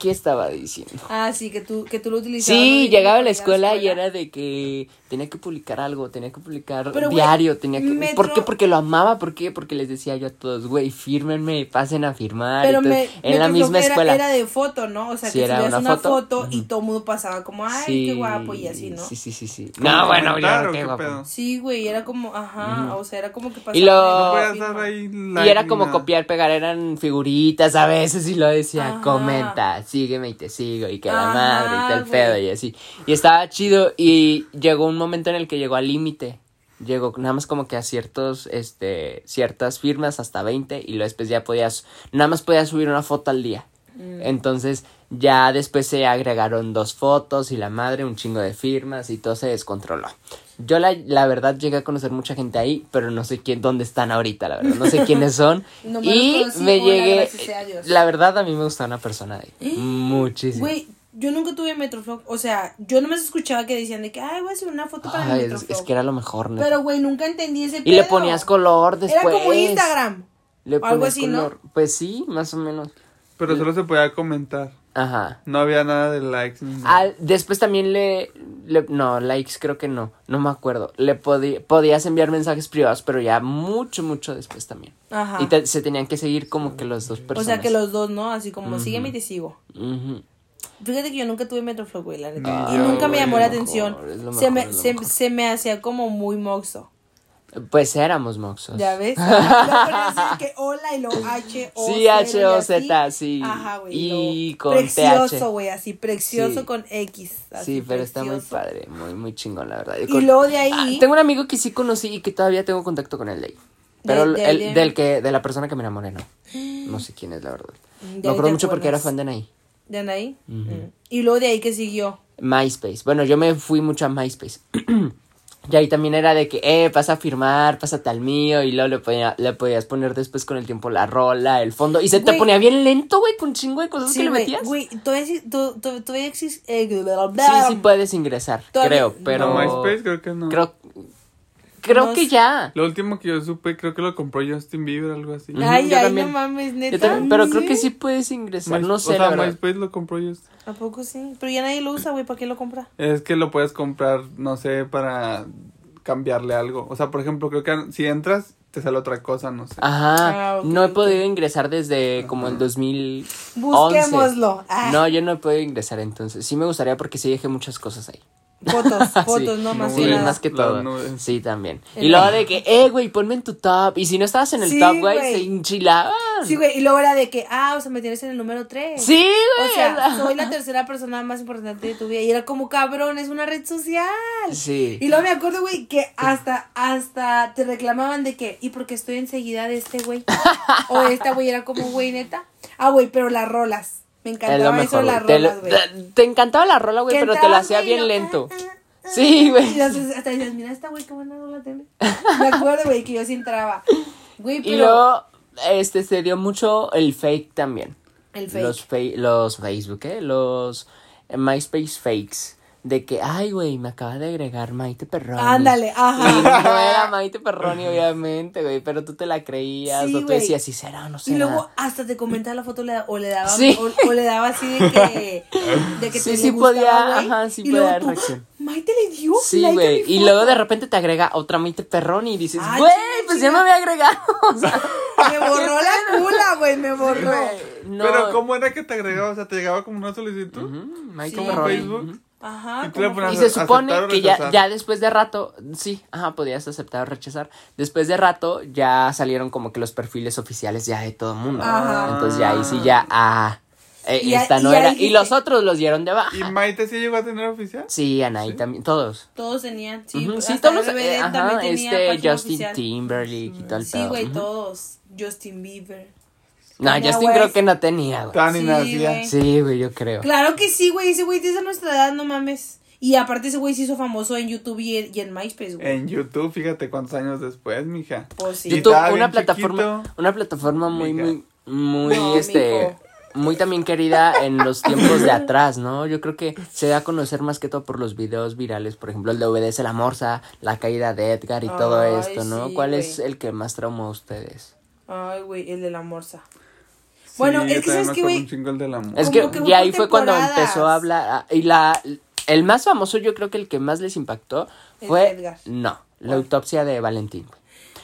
Speaker 3: ¿Qué estaba diciendo?
Speaker 1: Ah, sí, que tú, que tú lo utilizabas.
Speaker 3: Sí,
Speaker 1: ¿no?
Speaker 3: llegaba a la escuela y era de que tenía que publicar algo, tenía que publicar
Speaker 1: Pero, güey,
Speaker 3: diario, tenía que... ¿Por
Speaker 1: Metro-
Speaker 3: qué? Porque lo amaba, ¿por qué? Porque les decía yo a todos, güey, fírmenme, pasen a firmar.
Speaker 1: Pero me,
Speaker 3: entonces, en la
Speaker 1: me tocó
Speaker 3: misma
Speaker 1: que era-
Speaker 3: escuela.
Speaker 1: Era de foto, ¿no? O sea,
Speaker 3: Sí,
Speaker 1: que
Speaker 3: era
Speaker 1: subías
Speaker 3: una
Speaker 1: una,
Speaker 3: foto.
Speaker 1: foto, y todo el mundo pasaba como, ay, qué guapo y así, ¿no?
Speaker 3: Sí, sí, sí, sí.
Speaker 2: ¿Cómo
Speaker 3: No, bueno,
Speaker 2: comentar
Speaker 3: ya,
Speaker 2: o
Speaker 3: qué
Speaker 2: qué
Speaker 3: guapo.
Speaker 2: pedo?
Speaker 1: Sí, güey, era como, ajá, o sea, era como que pasaba.
Speaker 3: lo-
Speaker 2: No
Speaker 3: No,
Speaker 2: podías
Speaker 1: firma.
Speaker 2: dar ahí
Speaker 3: Y
Speaker 2: like
Speaker 3: era
Speaker 2: ni
Speaker 3: como
Speaker 2: nada.
Speaker 3: copiar, pegar, eran figuritas a veces y lo decía,
Speaker 1: Ajá.
Speaker 3: comenta, sígueme y te sigo y que la
Speaker 1: Ajá,
Speaker 3: madre y tal
Speaker 1: güey.
Speaker 3: pedo y así. Y estaba chido y llegó un momento en el que llegó al límite. Llegó nada más como que a ciertos, este, ciertas firmas hasta 20 y luego después ya podías, nada más podías subir una foto al día.
Speaker 1: Mm.
Speaker 3: Entonces ya después se agregaron dos fotos y la madre, un chingo de firmas y todo se descontroló. Yo la, la verdad llegué a conocer mucha gente ahí, pero no sé quién, dónde están ahorita, la verdad, no sé quiénes son.
Speaker 1: <laughs> No me
Speaker 3: y
Speaker 1: los conocí,
Speaker 3: me
Speaker 1: hola,
Speaker 3: llegué,
Speaker 1: gracias sea Dios.
Speaker 3: la verdad a mí me gusta una persona de
Speaker 1: <gasps>
Speaker 3: ahí, muchísimo.
Speaker 1: Güey, yo nunca tuve Metroflog. O sea, yo nomás escuchaba que decían de que, ay, voy a hacer una foto para
Speaker 3: Ay,
Speaker 1: el
Speaker 3: es,
Speaker 1: Metroflog.
Speaker 3: es que era lo mejor, ¿no?
Speaker 1: Pero, güey, nunca entendí ese
Speaker 3: y le
Speaker 1: pedo.
Speaker 3: ponías color después.
Speaker 1: Era como Instagram.
Speaker 3: Le
Speaker 1: o algo
Speaker 3: ponías
Speaker 1: así, ¿no?
Speaker 3: color. Pues sí, más o menos.
Speaker 2: Pero solo se podía comentar.
Speaker 3: Ajá.
Speaker 2: No había nada de likes. ni nada.
Speaker 3: Al- después también le, le- No, likes creo que no. No me acuerdo. Le podi- podías enviar mensajes privados, pero ya mucho, mucho después también.
Speaker 1: Ajá.
Speaker 3: Y te- se tenían que seguir como que los dos
Speaker 1: O
Speaker 3: personas.
Speaker 1: sea, que los dos, ¿no? Así como, sígueme y te sigo.
Speaker 3: Ujú.
Speaker 1: Fíjate que yo nunca tuve Metroflog, güey, la neta.
Speaker 2: Ay,
Speaker 1: y nunca me llamó
Speaker 2: güey,
Speaker 1: la
Speaker 2: es lo
Speaker 1: atención.
Speaker 3: mejor, es lo
Speaker 1: se, me,
Speaker 3: mejor, es lo
Speaker 1: se,
Speaker 3: mejor.
Speaker 1: se me hacía como muy moxo.
Speaker 3: Pues éramos moxos.
Speaker 1: ¿Ya
Speaker 3: <laughs>
Speaker 1: ves? Lo ponías así que hola y lo H, O,
Speaker 3: Sí, H, O,
Speaker 1: cero y así.
Speaker 3: Z, sí.
Speaker 1: Ajá, güey.
Speaker 3: Y
Speaker 1: lo-
Speaker 3: con TH.
Speaker 1: Precioso, güey, así, precioso
Speaker 3: Sí.
Speaker 1: con X. así,
Speaker 3: Sí, pero está muy
Speaker 1: precioso.
Speaker 3: padre, muy, muy chingón, la verdad.
Speaker 1: Y
Speaker 3: con-
Speaker 1: luego de ahí-
Speaker 3: Ah, tengo un amigo que sí conocí y que todavía tengo contacto con él de ahí. Pero
Speaker 1: De-
Speaker 3: el,
Speaker 1: de alguien.
Speaker 3: del que, de la persona que me
Speaker 1: <gasps>
Speaker 3: enamoré, no. No sé quién es, la verdad.
Speaker 1: ahí
Speaker 3: Me acuerdo
Speaker 1: te
Speaker 3: mucho porque era
Speaker 1: acuerdas.
Speaker 3: fan de ahí.
Speaker 1: ¿De ahí? Mm. Y luego de ahí que siguió.
Speaker 3: MySpace. Bueno, yo me fui mucho a MySpace. <clears throat> Y ahí también era de que, eh, pasa a firmar, pásate al mío. Y luego le, ponía- le podías poner después con el tiempo la rola, el fondo. Y se te
Speaker 1: Güey.
Speaker 3: ponía bien lento, güey, con chingo de cosas que le
Speaker 1: güey,
Speaker 3: metías.
Speaker 1: Güey, todavía, sí- to- to- todavía existe. eh,
Speaker 3: Sí, sí pues. puedes ingresar,
Speaker 1: Todavía-
Speaker 3: creo, Ah, pero.
Speaker 2: No, MySpace creo que no.
Speaker 3: Creo, creo
Speaker 1: No
Speaker 3: que
Speaker 1: sé.
Speaker 3: ya.
Speaker 2: Lo último que yo supe, creo que lo compró Justin Bieber, algo así.
Speaker 3: Ujú.
Speaker 1: Ay,
Speaker 3: yo
Speaker 1: ay, no
Speaker 3: también.
Speaker 1: mames, neta.
Speaker 3: Yo también, pero creo que sí puedes ingresar.
Speaker 2: My-
Speaker 3: No sé,
Speaker 2: o
Speaker 3: la
Speaker 2: sea,
Speaker 3: verdad.
Speaker 2: MySpace lo compró Justin.
Speaker 1: ¿A poco sí? Pero ya nadie lo usa, güey, ¿para qué lo compra?
Speaker 2: Es que lo puedes comprar, no sé, para cambiarle algo. O sea, por ejemplo, creo que si entras, te sale otra cosa, no sé.
Speaker 3: Ajá.
Speaker 1: Ah, ok,
Speaker 3: no he
Speaker 1: ok.
Speaker 3: podido ingresar desde como el 2011.
Speaker 1: Busquémoslo. Ah.
Speaker 3: No, yo no he podido ingresar entonces. Sí me gustaría porque sí dejé muchas cosas ahí. <laughs>
Speaker 1: Fotos, fotos,
Speaker 3: Sí,
Speaker 1: no más.
Speaker 3: Sí,
Speaker 1: que nada.
Speaker 3: más que
Speaker 2: Las
Speaker 3: todo.
Speaker 2: nubes.
Speaker 3: Sí, también.
Speaker 1: Ah, El
Speaker 3: Y luego
Speaker 1: mar.
Speaker 3: de que, eh, güey, ponme en tu top. Y si no estabas en el
Speaker 1: Sí,
Speaker 3: top, güey,
Speaker 1: güey.
Speaker 3: se enchilaban.
Speaker 1: Sí, güey, y luego era de que, ah, o sea, me tienes en el número 3.
Speaker 3: Sí, güey.
Speaker 1: O
Speaker 3: <laughs>
Speaker 1: sea, soy la tercera persona más importante de tu vida. Y era como, cabrón, es una red social.
Speaker 3: Sí.
Speaker 1: Y luego me acuerdo, güey, que hasta, hasta te reclamaban de que, ¿y porque estoy enseguida de este
Speaker 3: <laughs>
Speaker 1: güey? O de esta güey era como, güey, neta. Ah, güey, pero las rolas. Me
Speaker 3: Es lo
Speaker 1: encantaba eso,
Speaker 3: mejor.
Speaker 1: las
Speaker 3: güey. Te,
Speaker 1: rolas,
Speaker 3: lo-
Speaker 1: güey.
Speaker 3: te- te encantaba la rola, güey,
Speaker 1: Que
Speaker 3: pero te la
Speaker 1: entrabas,
Speaker 3: hacía
Speaker 1: güey, y
Speaker 3: bien
Speaker 1: lo- <laughs>
Speaker 3: lento.
Speaker 1: ah, ah, ah,
Speaker 3: Sí, güey.
Speaker 1: Y las- hasta dices, mira esta güey, qué buena rola tiene. Me acuerdo, güey, que yo sí entraba. Güey, pero
Speaker 3: Y luego, este, se dio mucho el fake también.
Speaker 1: el fake.
Speaker 3: Los, fe- los Facebook, ¿eh? Los eh, MySpace fakes. De que, ay, güey, me acaba de agregar Maite Perroni.
Speaker 1: Ándale, ajá.
Speaker 3: Y no era Maite Perroni, obviamente, güey, pero tú te la creías.
Speaker 1: Sí,
Speaker 3: o tú
Speaker 1: güey.
Speaker 3: decías, sí será, no será.
Speaker 1: Y luego hasta te comentaba la foto le da- o le daba
Speaker 3: Sí.
Speaker 1: o, o le daba así de que
Speaker 3: <laughs>
Speaker 1: de que
Speaker 3: Sí,
Speaker 1: te
Speaker 3: sí
Speaker 1: le gustaba,
Speaker 3: podía,
Speaker 1: güey.
Speaker 3: ajá, sí
Speaker 1: y luego
Speaker 3: podía dar
Speaker 1: tú,
Speaker 3: reacción.
Speaker 1: ¡Ah! Maite le dio
Speaker 3: Sí,
Speaker 1: like a
Speaker 3: güey.
Speaker 1: mi
Speaker 3: Y
Speaker 1: foto!
Speaker 3: luego de repente te agrega otra Maite Perroni y dices,
Speaker 1: Ah,
Speaker 3: güey,
Speaker 1: chinga,
Speaker 3: pues ya
Speaker 1: chinga.
Speaker 3: me había
Speaker 1: <laughs>
Speaker 3: agregado. <laughs> O sea,
Speaker 1: me borró la cula, güey, me borró.
Speaker 3: güey, no.
Speaker 2: Pero, ¿cómo era que te agregaba? O sea, te llegaba como una solicitud.
Speaker 3: Ujú, Maite
Speaker 2: Como
Speaker 3: Perroni.
Speaker 2: Facebook.
Speaker 3: ujú.
Speaker 1: Ajá.
Speaker 2: Y tú le
Speaker 1: como-
Speaker 2: pones-
Speaker 3: Y
Speaker 2: Ace-
Speaker 3: se supone
Speaker 2: aceptar o
Speaker 3: que ya,
Speaker 2: rechazar.
Speaker 3: ya después de rato, sí, ajá, podías aceptar o rechazar. Después de rato ya salieron como que los perfiles oficiales ya de todo el mundo.
Speaker 1: Ajá.
Speaker 3: Entonces ya ahí sí ya, ah, eh,
Speaker 1: Y ya-
Speaker 3: esta no
Speaker 1: y ahí
Speaker 3: era. Y
Speaker 1: dije-
Speaker 3: los otros los dieron de
Speaker 2: ¿Y
Speaker 3: baja.
Speaker 2: Maite sí llegó a tener oficial?
Speaker 3: Sí, Anaí también, todos.
Speaker 1: todos tenían, sí,
Speaker 3: Ujú, sí,
Speaker 1: hasta
Speaker 3: todos los,
Speaker 1: RBD
Speaker 3: eh,
Speaker 1: también
Speaker 3: ajá,
Speaker 1: tenía
Speaker 3: este
Speaker 1: página
Speaker 3: Justin
Speaker 1: oficial.
Speaker 3: Timberlake y todo el
Speaker 1: Sí,
Speaker 3: pedo,
Speaker 1: güey,
Speaker 3: ujú.
Speaker 1: todos. Justin Bieber.
Speaker 3: No,
Speaker 1: Kanye
Speaker 3: Justin
Speaker 1: West.
Speaker 3: creo que no tenía, güey.
Speaker 2: Tan
Speaker 1: Sí,
Speaker 2: inacía.
Speaker 1: güey.
Speaker 3: Sí, güey, yo creo.
Speaker 1: Claro que sí, güey, ese güey es de nuestra edad, no mames. Y aparte ese güey se hizo famoso en YouTube y en, y en MySpace,
Speaker 3: Eh.
Speaker 1: güey.
Speaker 2: En YouTube, fíjate cuántos años después, mija.
Speaker 1: Pues sí.
Speaker 2: Y
Speaker 3: YouTube,
Speaker 2: estaba
Speaker 3: una
Speaker 2: bien
Speaker 3: plataforma,
Speaker 2: chiquito.
Speaker 3: una plataforma muy,
Speaker 2: Mija.
Speaker 3: muy, muy,
Speaker 1: No,
Speaker 3: este,
Speaker 1: mijo.
Speaker 3: muy también querida en los tiempos de atrás, ¿no? Yo creo que se da a conocer más que todo por los videos virales, por ejemplo, el de Obedece la Morsa, la caída de Edgar y todo
Speaker 1: Ay,
Speaker 3: esto, ¿no?
Speaker 1: sí,
Speaker 3: ¿Cuál
Speaker 1: güey.
Speaker 3: es el que más traumó a ustedes?
Speaker 1: Ay, güey, el de la morsa. Bueno,
Speaker 2: Sí,
Speaker 1: es
Speaker 2: yo
Speaker 1: que
Speaker 2: también
Speaker 1: sabes
Speaker 2: me
Speaker 1: que,
Speaker 2: acuerdo
Speaker 1: güey,
Speaker 2: un chingo el del amor.
Speaker 3: Es que
Speaker 1: Como que
Speaker 3: ya
Speaker 1: hubo
Speaker 3: ahí fue cuando
Speaker 1: temporadas.
Speaker 3: empezó a hablar, ah, y la, el más famoso, yo creo que el que más les impactó
Speaker 1: El
Speaker 3: fue,
Speaker 1: de Edgar.
Speaker 3: no, la autopsia de Valentín. güey.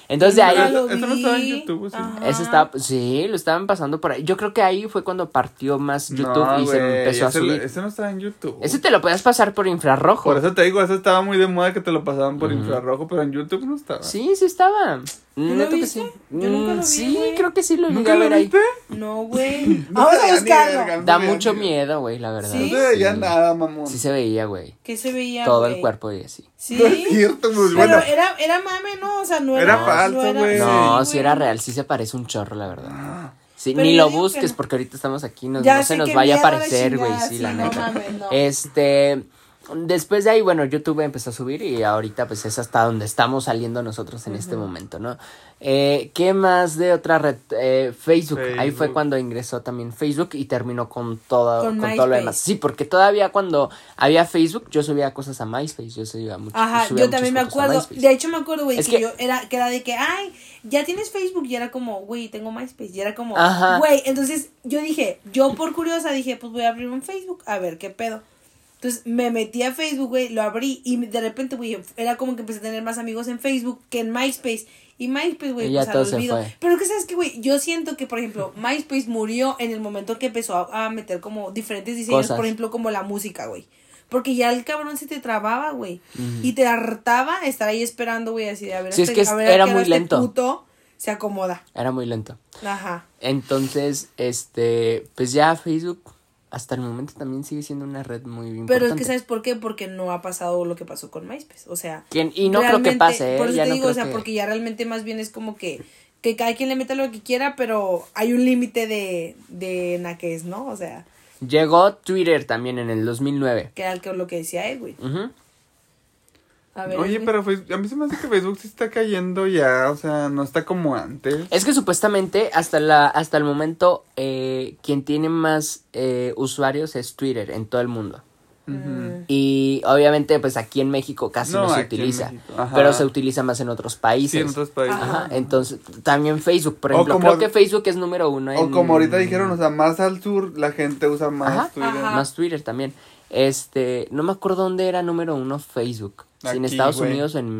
Speaker 3: Entonces de
Speaker 2: Ah,
Speaker 3: ahí...
Speaker 1: Ya lo
Speaker 2: Eso no estaba en
Speaker 1: vi.
Speaker 2: YouTube, sí.
Speaker 1: Ajá.
Speaker 3: Ese estaba, sí, lo estaban pasando por ahí. Yo creo que ahí fue cuando partió más YouTube
Speaker 2: No,
Speaker 3: y se
Speaker 2: güey,
Speaker 3: empezó a
Speaker 2: ese-
Speaker 3: subir.
Speaker 2: Ese no estaba en YouTube.
Speaker 3: Ese te lo podías pasar por infrarrojo.
Speaker 2: Por eso te digo, eso estaba muy de moda que te lo pasaban por infrarrojo, pero en YouTube no estaba.
Speaker 3: Sí, sí estaba. Neto que
Speaker 1: viste?
Speaker 3: sí.
Speaker 1: Yo nunca lo
Speaker 3: Mm,
Speaker 1: vi,
Speaker 3: sí,
Speaker 1: güey.
Speaker 3: creo que sí lo llegué
Speaker 2: ¿Nunca
Speaker 3: a
Speaker 2: lo
Speaker 3: ver ahí.
Speaker 2: viste?
Speaker 1: No,
Speaker 3: <laughs>
Speaker 1: güey.
Speaker 2: No
Speaker 1: Vamos
Speaker 2: te
Speaker 1: a
Speaker 2: veía ni
Speaker 1: buscarlo.
Speaker 2: verga.
Speaker 3: Da
Speaker 2: No me
Speaker 3: mucho
Speaker 2: da
Speaker 3: miedo, güey, la verdad.
Speaker 1: ¿Sí?
Speaker 2: No te veía nada, mamón.
Speaker 3: Sí se veía, güey.
Speaker 1: ¿Qué se veía?
Speaker 3: Todo
Speaker 1: güey?
Speaker 3: el cuerpo y así.
Speaker 1: Sí.
Speaker 3: <laughs>
Speaker 2: No es cierto, pues
Speaker 1: Pero
Speaker 2: bueno.
Speaker 1: era, era mame, ¿no? O sea, no era.
Speaker 2: Era falso,
Speaker 1: no era-
Speaker 2: güey. Sí, Ah.
Speaker 3: no,
Speaker 1: güey.
Speaker 3: si era real, sí se parece un chorro, la verdad. Sí,
Speaker 1: Pero
Speaker 3: ni
Speaker 1: yo
Speaker 3: lo
Speaker 1: digo que
Speaker 3: busques
Speaker 1: no.
Speaker 3: porque ahorita estamos aquí, nos-
Speaker 1: Ya
Speaker 3: no se
Speaker 1: sé
Speaker 3: nos
Speaker 1: qué
Speaker 3: vaya a
Speaker 1: miedo la
Speaker 3: parecer, güey,
Speaker 1: chingada,
Speaker 3: sí,
Speaker 1: sí,
Speaker 3: la
Speaker 1: no
Speaker 3: neta.
Speaker 1: mames, no.
Speaker 3: Este, después de ahí, bueno, YouTube empezó a subir y ahorita pues es hasta donde estamos saliendo nosotros en este momento, ¿no? Eh, ¿Qué más de otra red? Eh, Facebook. Ahí fue
Speaker 2: Facebook.
Speaker 3: cuando ingresó también Facebook y terminó con todo, con,
Speaker 1: Con
Speaker 3: todo lo
Speaker 1: MySpace.
Speaker 3: demás. Sí, porque todavía cuando había Facebook, yo subía cosas a MySpace, yo subía mucho.
Speaker 1: Ajá,
Speaker 3: subía
Speaker 1: yo también me
Speaker 3: muchas fotos a
Speaker 1: acuerdo.
Speaker 3: MySpace.
Speaker 1: De hecho, me acuerdo, güey,
Speaker 3: Es
Speaker 1: que,
Speaker 3: que-
Speaker 1: yo era, que era de que, ay, ya tienes Facebook. Y era como, güey, tengo MySpace. Y era como,
Speaker 3: Ajá.
Speaker 1: güey. Entonces, yo dije, yo por curiosa dije, pues voy a abrir un Facebook, a ver qué pedo. Entonces, me metí a Facebook, güey, lo abrí. Y de repente, güey, era como que empecé a tener más amigos en Facebook que en MySpace. Y MySpace,
Speaker 3: Y
Speaker 1: güey,
Speaker 3: ya
Speaker 1: pues al
Speaker 3: todo se
Speaker 1: olvido.
Speaker 3: fue.
Speaker 1: Pero que sabes que, güey, yo siento que, por ejemplo, MySpace murió en el momento que empezó a, a meter como diferentes diseños,
Speaker 3: Cosas.
Speaker 1: por ejemplo, como la música, güey. Porque ya el cabrón se te trababa, güey. Y te hartaba estar ahí esperando, güey, así de a ver.
Speaker 3: Sí, es
Speaker 1: hasta-
Speaker 3: que es-
Speaker 1: a ver a
Speaker 3: era
Speaker 1: qué hora
Speaker 3: muy
Speaker 1: este
Speaker 3: lento.
Speaker 1: puto se acomoda.
Speaker 3: Era muy lento.
Speaker 1: Ajá.
Speaker 3: Entonces, este, pues ya Facebook hasta el momento también sigue siendo una red muy importante.
Speaker 1: Pero es que, ¿sabes por qué? Porque no ha pasado lo que pasó con MySpace. O sea.
Speaker 3: ¿Quién? Y no creo que
Speaker 1: realmente-
Speaker 3: pase, ¿eh?
Speaker 1: Por eso
Speaker 3: Ya
Speaker 1: te
Speaker 3: no
Speaker 1: digo, o
Speaker 3: creo
Speaker 1: sea,
Speaker 3: que-
Speaker 1: porque ya realmente más bien es como que. Que cada quien le meta lo que quiera, pero hay un límite de, de naques, ¿no? O sea,
Speaker 3: Llegó Twitter también en el 2009.
Speaker 1: que era lo que decía él, güey.
Speaker 3: Ujú.
Speaker 1: A ver,
Speaker 2: Oye,
Speaker 1: dime.
Speaker 2: pero Face- a mí se me hace que Facebook sí está cayendo ya, o sea, no está como antes.
Speaker 3: Es que supuestamente hasta la hasta el momento eh, quien tiene más eh, usuarios es Twitter en todo el mundo.
Speaker 1: Mm.
Speaker 3: Y obviamente pues aquí en México casi
Speaker 2: No,
Speaker 3: no, se
Speaker 2: aquí en
Speaker 3: utiliza,
Speaker 2: México. Ajá.
Speaker 3: pero se utiliza más en otros países.
Speaker 2: Sí, en otros países.
Speaker 3: Ajá, entonces también Facebook, por
Speaker 2: O
Speaker 3: ejemplo,
Speaker 2: como-
Speaker 3: creo que Facebook es número uno
Speaker 2: O
Speaker 3: en-
Speaker 2: como ahorita dijeron, o sea, más al sur la gente usa más
Speaker 3: Ajá.
Speaker 2: Twitter.
Speaker 1: Ajá.
Speaker 3: más Twitter también. Este, no me acuerdo dónde era número uno Facebook. si en
Speaker 2: Aquí,
Speaker 3: Estados
Speaker 2: güey.
Speaker 3: Unidos
Speaker 2: <laughs>
Speaker 3: o en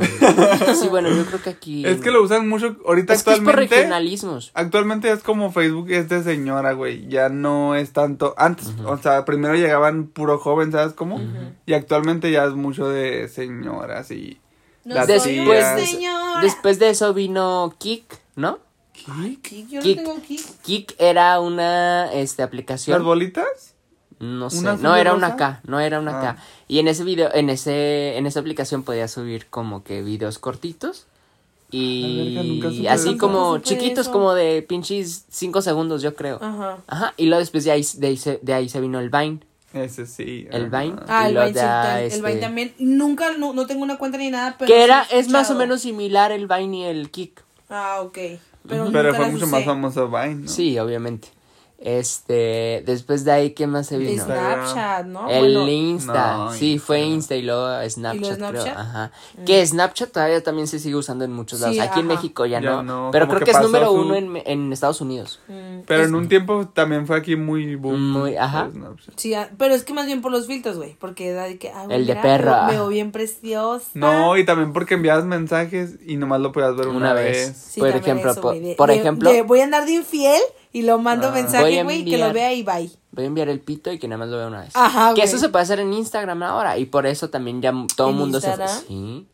Speaker 3: Sí, bueno, yo creo que aquí
Speaker 2: Es que lo usan mucho ahorita
Speaker 3: Es que es por
Speaker 2: actualmente.
Speaker 3: regionalismos.
Speaker 2: Actualmente es como Facebook es de señora, güey. Ya no es tanto. Antes, o sea, primero llegaban puro joven, ¿sabes cómo? Y actualmente ya es mucho de señoras y.
Speaker 1: No
Speaker 2: las
Speaker 1: soy una
Speaker 2: tías.
Speaker 1: señora.
Speaker 3: pues, Después de eso vino Kik, ¿no?
Speaker 1: Ay, kick, yo no
Speaker 3: Kick.
Speaker 1: tengo kick.
Speaker 3: Kik era una este
Speaker 2: ¿Las
Speaker 3: aplicación.
Speaker 2: bolitas?
Speaker 3: no sé,
Speaker 2: ¿Una
Speaker 3: no
Speaker 2: azul y
Speaker 3: era una
Speaker 2: rosa?
Speaker 3: K, no era una
Speaker 2: Ah.
Speaker 3: K. Y en ese video, en ese, en esa aplicación podía subir como que videos cortitos. Y
Speaker 2: La verga, nunca supe
Speaker 3: así
Speaker 2: eso.
Speaker 3: como
Speaker 1: Nunca supe
Speaker 3: chiquitos,
Speaker 1: eso.
Speaker 3: como de pinches 5 segundos, yo creo.
Speaker 1: Ajá.
Speaker 3: Ajá, y luego después de ahí, de ahí, se, de ahí se vino el Vine.
Speaker 2: Ese sí.
Speaker 3: El
Speaker 2: ajá.
Speaker 3: Vine.
Speaker 1: Ah,
Speaker 3: Y
Speaker 1: el
Speaker 3: luego
Speaker 1: Vine, sí,
Speaker 3: ya,
Speaker 1: tal- el
Speaker 3: este,
Speaker 1: Vine también. Nunca, no, no tengo una cuenta ni nada, pero.
Speaker 3: Que
Speaker 1: sí
Speaker 3: era,
Speaker 1: he
Speaker 3: es más o
Speaker 1: escuchado.
Speaker 3: menos similar el Vine y el Kick.
Speaker 1: Ah, ok. Pero,
Speaker 2: Pero
Speaker 1: nunca
Speaker 2: fue
Speaker 1: las
Speaker 2: mucho
Speaker 1: usé.
Speaker 2: más famoso Vine, ¿no?
Speaker 3: Sí, obviamente. Este, después de ahí, ¿qué más se
Speaker 1: De
Speaker 3: vino?
Speaker 1: Snapchat, ¿no?
Speaker 3: El
Speaker 1: Bueno,
Speaker 3: Insta,
Speaker 2: No,
Speaker 3: sí,
Speaker 2: Insta.
Speaker 3: fue Insta y luego Snapchat, creo.
Speaker 1: Snapchat? Mm.
Speaker 3: Ajá. Que Snapchat todavía también se sigue usando en muchos
Speaker 1: Sí,
Speaker 3: lados. Aquí en
Speaker 1: ajá.
Speaker 3: México ya,
Speaker 2: Ya
Speaker 3: no,
Speaker 2: no,
Speaker 3: Pero
Speaker 2: como
Speaker 3: creo
Speaker 2: que
Speaker 3: que, es
Speaker 2: pasó
Speaker 3: número
Speaker 2: su-
Speaker 3: uno en, en Estados Unidos.
Speaker 1: mm,
Speaker 2: Pero en un tiempo también fue aquí muy boom. pues,
Speaker 3: Muy- ajá.
Speaker 2: Snapchat.
Speaker 1: Sí, ah, pero es que más bien por los filtros, güey. Porque era de que. ah,
Speaker 3: El de
Speaker 1: mira,
Speaker 3: perra.
Speaker 1: Me veo bien preciosa.
Speaker 2: No, y también porque enviabas mensajes y nomás lo podías ver una,
Speaker 3: Una vez.
Speaker 2: vez.
Speaker 1: Sí,
Speaker 3: por
Speaker 1: también
Speaker 3: ejemplo,
Speaker 1: eso, güey,
Speaker 3: por- por
Speaker 1: de-
Speaker 3: ejemplo-
Speaker 1: de voy a andar de infiel y lo mando
Speaker 2: Ah.
Speaker 1: mensaje,
Speaker 3: Voy a
Speaker 1: güey, que lo
Speaker 3: enviar-
Speaker 1: vea y bye.
Speaker 3: Voy a enviar el pito y que nada más lo vea una vez.
Speaker 1: Ajá,
Speaker 3: que
Speaker 1: güey.
Speaker 3: eso se puede hacer en Instagram ahora. Y por eso también ya m- todo el
Speaker 1: ¿En
Speaker 3: mundo
Speaker 1: Instagram?
Speaker 3: se. Sí.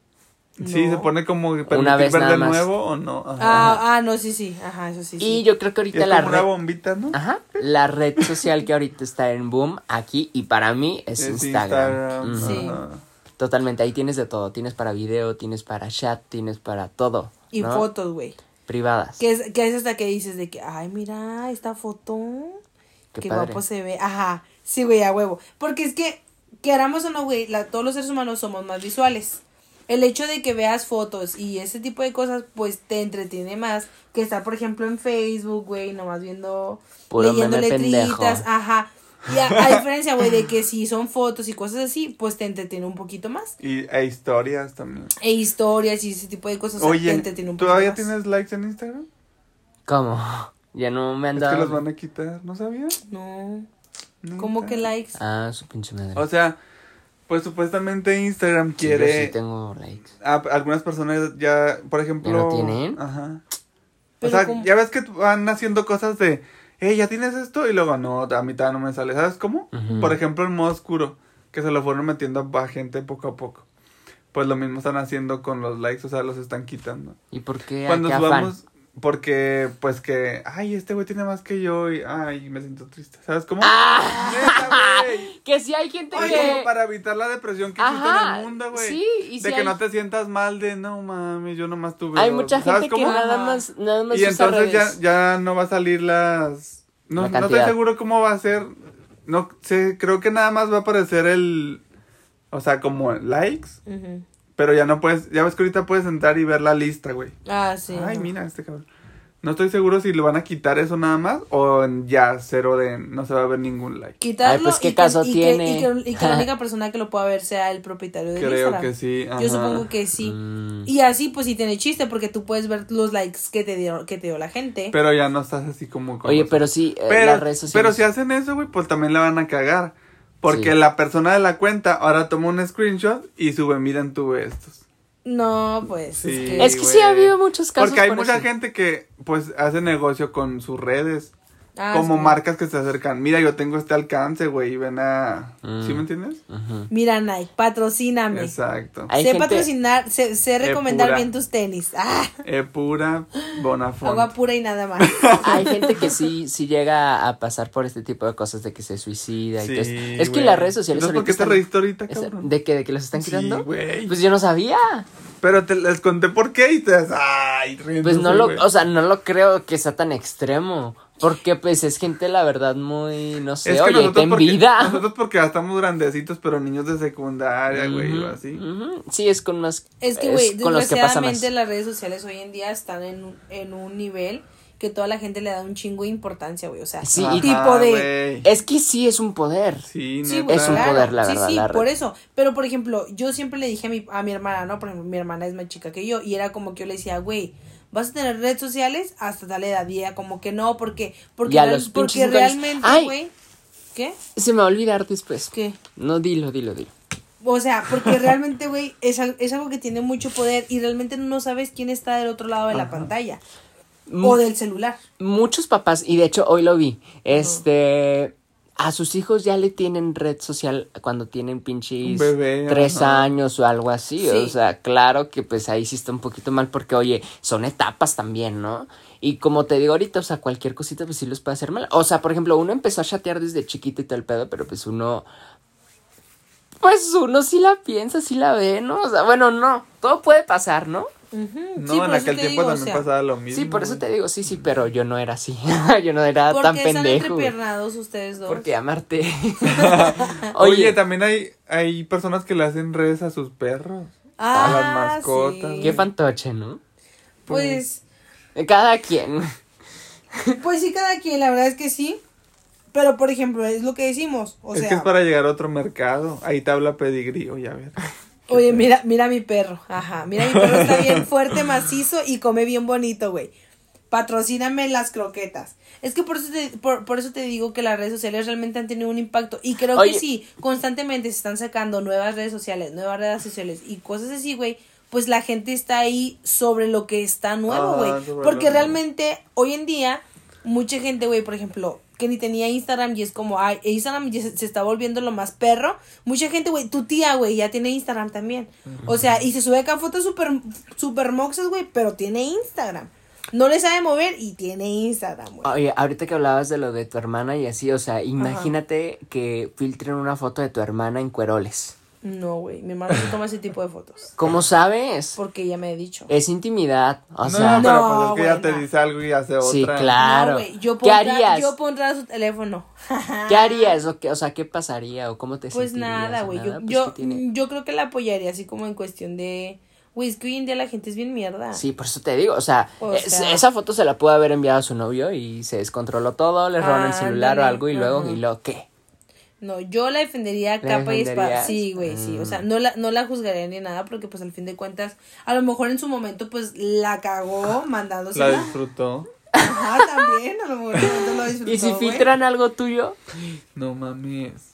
Speaker 2: Sí,
Speaker 1: No.
Speaker 2: se pone como que
Speaker 3: Una
Speaker 2: permitir
Speaker 3: vez
Speaker 2: ver
Speaker 3: nada
Speaker 2: de
Speaker 3: más.
Speaker 2: nuevo o no. Ajá.
Speaker 1: Ah, ah, no, sí, sí. Ajá, eso sí.
Speaker 3: Y
Speaker 1: sí.
Speaker 3: yo creo que
Speaker 2: Y
Speaker 3: ahorita
Speaker 2: es
Speaker 3: la
Speaker 2: como una
Speaker 3: red.
Speaker 2: bombita, ¿no?
Speaker 3: Ajá. La red social que ahorita está en boom aquí y para mí es, Instagram. Ujú.
Speaker 1: Sí.
Speaker 2: ajá.
Speaker 3: Totalmente, ahí tienes de todo. Tienes para video, tienes para chat, tienes para todo.
Speaker 1: Y
Speaker 3: ¿no?
Speaker 1: fotos, güey.
Speaker 3: Privadas.
Speaker 1: Que es, que es hasta que dices de que, ay, mira, esta foto.
Speaker 3: Qué
Speaker 1: Qué,
Speaker 3: padre.
Speaker 1: guapo se ve. Ajá. Sí, güey, a huevo. Porque es que, queramos o no, güey, la- todos los seres humanos somos más visuales. El hecho de que veas fotos y ese tipo de cosas, pues te entretiene más que estar, por ejemplo, en Facebook, güey, nomás viendo,
Speaker 3: Puro
Speaker 1: leyendo
Speaker 3: meme pendejo.
Speaker 1: letritas, ajá. Y a, a diferencia, güey, de que si son fotos y cosas así, pues te entretiene un poquito más.
Speaker 2: Y, e historias también.
Speaker 1: E historias y ese tipo de cosas. o sea, te
Speaker 2: Oye,
Speaker 1: entretiene un poquito
Speaker 2: ¿todavía
Speaker 1: más.
Speaker 2: tienes likes en Instagram?
Speaker 3: ¿Cómo? <laughs> Ya no me han
Speaker 2: Es que
Speaker 3: dado.
Speaker 2: los van a quitar, ¿no sabías?
Speaker 1: No.
Speaker 2: Neta.
Speaker 1: ¿Cómo que likes?
Speaker 3: Ah, su pinche madre.
Speaker 2: O sea, pues supuestamente Instagram
Speaker 3: Sí, yo
Speaker 2: quiere...
Speaker 3: sí tengo likes.
Speaker 2: a- algunas personas ya, por ejemplo...
Speaker 3: ¿Ya lo tienen?
Speaker 2: Ajá. O
Speaker 1: Pero
Speaker 2: sea,
Speaker 1: ¿cómo?
Speaker 2: ya ves que van haciendo cosas de... Eh, ¿ya tienes esto? Y luego, no, a mitad no me sale. ¿Sabes cómo?
Speaker 3: Ujú.
Speaker 2: Por ejemplo, el modo oscuro. Que se lo fueron metiendo a gente poco a poco. Pues lo mismo están haciendo con los likes. O sea, los están quitando.
Speaker 3: ¿Y por qué?
Speaker 2: Cuando
Speaker 3: ¿Qué afán?
Speaker 2: subamos... Porque, pues que... Ay, este güey tiene más que yo y... Ay, me siento triste. ¿Sabes cómo?
Speaker 3: Ah.
Speaker 2: ¡Neta, güey!
Speaker 3: <laughs> Que si hay gente
Speaker 2: Oye,
Speaker 3: que.
Speaker 2: como para evitar la depresión que existe en
Speaker 3: Ajá,
Speaker 2: el mundo, güey.
Speaker 3: sí, y
Speaker 2: De
Speaker 3: si
Speaker 2: que
Speaker 3: hay-
Speaker 2: no te sientas mal de, no mames, yo nomás tuve
Speaker 3: Hay
Speaker 2: dos".
Speaker 3: mucha
Speaker 2: ¿Sabes
Speaker 3: gente que
Speaker 2: cómo?
Speaker 3: nada
Speaker 1: Ajá.
Speaker 3: más, nada más
Speaker 2: Y
Speaker 3: usa
Speaker 2: entonces ya,
Speaker 3: redes.
Speaker 2: ya no va a salir las... No,
Speaker 3: La
Speaker 2: no estoy
Speaker 3: cantidad.
Speaker 2: seguro cómo va a ser. No sé, creo que nada más va a aparecer el... O sea, como likes.
Speaker 1: Ujú.
Speaker 2: Pero ya no puedes... Ya ves que ahorita puedes entrar y ver la lista, güey.
Speaker 1: Ah, sí.
Speaker 2: Ay,
Speaker 1: ajá.
Speaker 2: mira este cabrón. No estoy seguro si lo van a quitar eso nada más o en ya cero de... No se va a ver ningún like.
Speaker 1: quitarlo
Speaker 3: Ay, pues, ¿qué
Speaker 1: y que-
Speaker 3: caso
Speaker 1: y que-
Speaker 3: tiene?
Speaker 1: y que, y que la
Speaker 3: <laughs>
Speaker 1: única persona que lo pueda ver sea el propietario de
Speaker 2: Creo
Speaker 1: Instagram.
Speaker 2: que sí.
Speaker 1: Yo
Speaker 2: ajá.
Speaker 1: supongo que sí.
Speaker 3: Mm,
Speaker 1: Y así pues sí tiene chiste porque tú puedes ver los likes que te dio, que te dio la gente.
Speaker 2: Pero ya no estás así como... con
Speaker 3: Oye,
Speaker 2: nosotros.
Speaker 3: pero sí, eh,
Speaker 2: Pero,
Speaker 3: las redes sociales.
Speaker 2: pero si hacen eso, güey, pues también la van a cagar. Porque
Speaker 3: Sí.
Speaker 2: la persona de la cuenta ahora toma un screenshot y sube, miren, tuve estos.
Speaker 1: no, pues
Speaker 2: Sí.
Speaker 1: es que...
Speaker 3: Es que sí
Speaker 2: güey.
Speaker 3: ha habido muchos casos.
Speaker 2: Porque hay
Speaker 3: por
Speaker 2: mucha
Speaker 3: eso.
Speaker 2: gente que, pues, hace negocio con sus redes.
Speaker 1: Ah,
Speaker 2: como
Speaker 1: sí.
Speaker 2: marcas que se acercan. Mira, yo tengo este alcance, güey, y ven a...
Speaker 3: Mm.
Speaker 2: ¿Sí me entiendes?
Speaker 3: Ujú.
Speaker 1: Mira, Nike, patrocíname.
Speaker 2: Exacto.
Speaker 3: Hay
Speaker 1: sé
Speaker 3: gente-
Speaker 1: patrocinar, sé, sé recomendar
Speaker 2: pura.
Speaker 1: bien tus tenis. Ah,
Speaker 2: Eh, pura Bonafont.
Speaker 1: agua pura y nada más.
Speaker 2: <laughs>
Speaker 3: Hay gente que sí, sí llega a pasar por este tipo de cosas de que se suicida y
Speaker 2: Sí,
Speaker 3: todo esto. Es que
Speaker 2: güey.
Speaker 3: las redes sociales
Speaker 2: Entonces, ¿por qué te
Speaker 3: ahorita
Speaker 2: reíste ahorita,
Speaker 3: están-
Speaker 2: cabrón?
Speaker 3: ¿De que, ¿De que los están
Speaker 2: Sí,
Speaker 3: quitando?
Speaker 2: güey.
Speaker 3: Pues yo no sabía.
Speaker 2: Pero te les conté por qué y te... ¡Ay!
Speaker 3: Pues
Speaker 2: riéndose,
Speaker 3: no lo,
Speaker 2: güey.
Speaker 3: o sea, no lo creo que sea tan extremo. Porque pues es gente la verdad muy, no sé,
Speaker 2: Es que
Speaker 3: oye,
Speaker 2: nosotros
Speaker 3: ten
Speaker 2: porque,
Speaker 3: vida. <laughs>
Speaker 2: nosotros porque ya estamos grandecitos, pero niños de secundaria, güey, o así.
Speaker 3: Ujú, Sí, es con más
Speaker 1: Es que, güey,
Speaker 3: con los que pasa más.
Speaker 1: desgraciadamente las redes sociales hoy en día están en un, en un nivel que toda la gente le da un chingo de importancia, güey. O sea,
Speaker 3: Sí,
Speaker 2: Ajá,
Speaker 3: y-
Speaker 1: tipo de...
Speaker 2: güey.
Speaker 3: Es que sí es un poder.
Speaker 2: Sí,
Speaker 1: Sí,
Speaker 2: neta.
Speaker 1: güey,
Speaker 3: Es un poder, la
Speaker 1: sí,
Speaker 3: verdad,
Speaker 1: Sí,
Speaker 3: la
Speaker 1: por
Speaker 3: red.
Speaker 1: eso. Pero, por ejemplo, yo siempre le dije a mi, a mi hermana, ¿no? Por ejemplo, mi hermana es más chica que yo. Y era como que yo le decía, güey, vas a tener redes sociales hasta tal edad. Y ella como que no, porque, porque,
Speaker 3: Y a
Speaker 1: real-
Speaker 3: los pinches
Speaker 1: porque
Speaker 3: cinco años,
Speaker 1: realmente,
Speaker 3: ¡ay!
Speaker 1: güey. ¿Qué?
Speaker 3: Se me va a olvidar después.
Speaker 1: ¿Qué?
Speaker 3: No, dilo, dilo, dilo.
Speaker 1: O sea,
Speaker 3: <laughs>
Speaker 1: porque realmente, güey, es, al- es algo que tiene mucho poder y realmente no sabes quién está del otro lado de la pantalla
Speaker 3: Mm.
Speaker 1: o del celular.
Speaker 3: Muchos papás, y de hecho hoy lo vi, este, a sus hijos ya le tienen red social cuando tienen pinches
Speaker 2: Un bebé,
Speaker 3: tres
Speaker 2: ajá.
Speaker 3: años o algo así. O
Speaker 1: Sí.
Speaker 3: sea, claro que pues ahí sí está un poquito mal porque, oye, son etapas también, ¿no? Y como te digo ahorita, o sea, cualquier cosita pues sí los puede hacer mal. O sea, por ejemplo, uno empezó a chatear desde chiquito y todo el pedo, pero pues uno... Pues uno sí la piensa, sí la ve, ¿no? O sea, bueno, no, todo puede pasar, ¿no?
Speaker 2: No,
Speaker 1: Sí, por
Speaker 2: en
Speaker 1: eso
Speaker 2: aquel
Speaker 1: te
Speaker 2: tiempo
Speaker 1: digo, o
Speaker 2: también
Speaker 1: sea,
Speaker 2: pasaba lo mismo.
Speaker 3: Sí, por eso
Speaker 2: güey.
Speaker 3: te digo, sí, sí, pero yo no era así. <laughs> yo no era
Speaker 1: Porque
Speaker 3: Ah, tan
Speaker 1: están
Speaker 3: pendejo. güey.
Speaker 1: entrepiernados ustedes dos.
Speaker 3: Porque
Speaker 2: <laughs>
Speaker 3: amarte.
Speaker 2: Oye,
Speaker 3: Oye,
Speaker 2: también hay, hay personas que le hacen redes a sus perros.
Speaker 1: Ah,
Speaker 2: a las mascotas.
Speaker 1: sí.
Speaker 3: qué fantoche, ¿no?
Speaker 1: Pues,
Speaker 3: Cada quien.
Speaker 1: pues sí, cada quien, la verdad es que sí. Pero, por ejemplo, es lo que decimos. O
Speaker 2: es
Speaker 1: sea,
Speaker 2: que es para llegar a otro mercado. Ahí te habla pedigrí, oye, a ver.
Speaker 1: oye, mira, mira a mi perro. Ajá, mira, mi perro está bien fuerte, macizo y come bien bonito, güey. Patrocíname las croquetas. Es que por eso, te, por, por eso te digo que las redes sociales realmente han tenido un impacto. Y creo
Speaker 3: Oye.
Speaker 1: que sí, constantemente se están sacando nuevas redes sociales, nuevas redes sociales y cosas así, güey. Pues la gente está ahí sobre lo que está nuevo,
Speaker 2: Ah,
Speaker 1: güey.
Speaker 2: sobre lo
Speaker 1: Porque
Speaker 2: nuevo.
Speaker 1: realmente hoy en día, mucha gente, güey, por ejemplo, que ni tenía Instagram y es como, ay, e Instagram ya se, se está volviendo lo más perro. Mucha gente, güey, tu tía, güey, ya tiene Instagram también. O sea, y se sube acá fotos super, super moxas, güey, pero tiene Instagram. No le sabe mover y tiene Instagram, güey.
Speaker 3: Oye, ahorita que hablabas de lo de tu hermana y así, o sea, imagínate que filtren una foto de tu hermana en cueroles.
Speaker 1: No, güey, mi hermano no toma ese tipo de fotos.
Speaker 3: ¿Cómo sabes?
Speaker 1: Porque ella me ha dicho.
Speaker 3: Es intimidad. O
Speaker 2: no,
Speaker 3: sea,
Speaker 2: pero
Speaker 1: No,
Speaker 2: pues es que ya te
Speaker 1: buena.
Speaker 2: dice algo y hace otra.
Speaker 3: sí, claro.
Speaker 1: No, güey, yo
Speaker 3: ¿Qué
Speaker 1: pondrá,
Speaker 3: harías?
Speaker 1: yo pondrá su teléfono.
Speaker 3: ¿Qué harías? O, qué- o sea, ¿qué pasaría? ¿O cómo te
Speaker 1: Pues
Speaker 3: sentirías?
Speaker 1: nada, güey. Yo,
Speaker 3: Pues, ¿qué
Speaker 1: yo,
Speaker 3: tiene?
Speaker 1: yo creo que la apoyaría así como en cuestión de. Güey, es que hoy en día la gente es bien mierda.
Speaker 3: Sí, por eso te digo, o sea,
Speaker 1: Ah. O
Speaker 3: es-
Speaker 1: sea.
Speaker 3: esa foto se la pudo haber enviado a su novio y se descontroló todo, le robaron el celular o
Speaker 1: Ándale,
Speaker 3: algo y luego,
Speaker 1: ajá.
Speaker 3: y luego, ¿qué?
Speaker 1: No, yo la defendería a
Speaker 3: ¿La
Speaker 1: capa y espada.
Speaker 3: defenderías? Mm.
Speaker 1: Sí, güey, sí. O sea, no la, no la juzgaría ni nada porque, pues, al fin de cuentas, a lo mejor en su momento, pues, la
Speaker 3: <laughs>
Speaker 1: cagó mandándose.
Speaker 2: La disfrutó.
Speaker 1: Ajá, también. A lo mejor en su momento lo disfrutó,
Speaker 3: ¿Y si
Speaker 1: güey.
Speaker 3: filtran algo tuyo?
Speaker 2: No mames.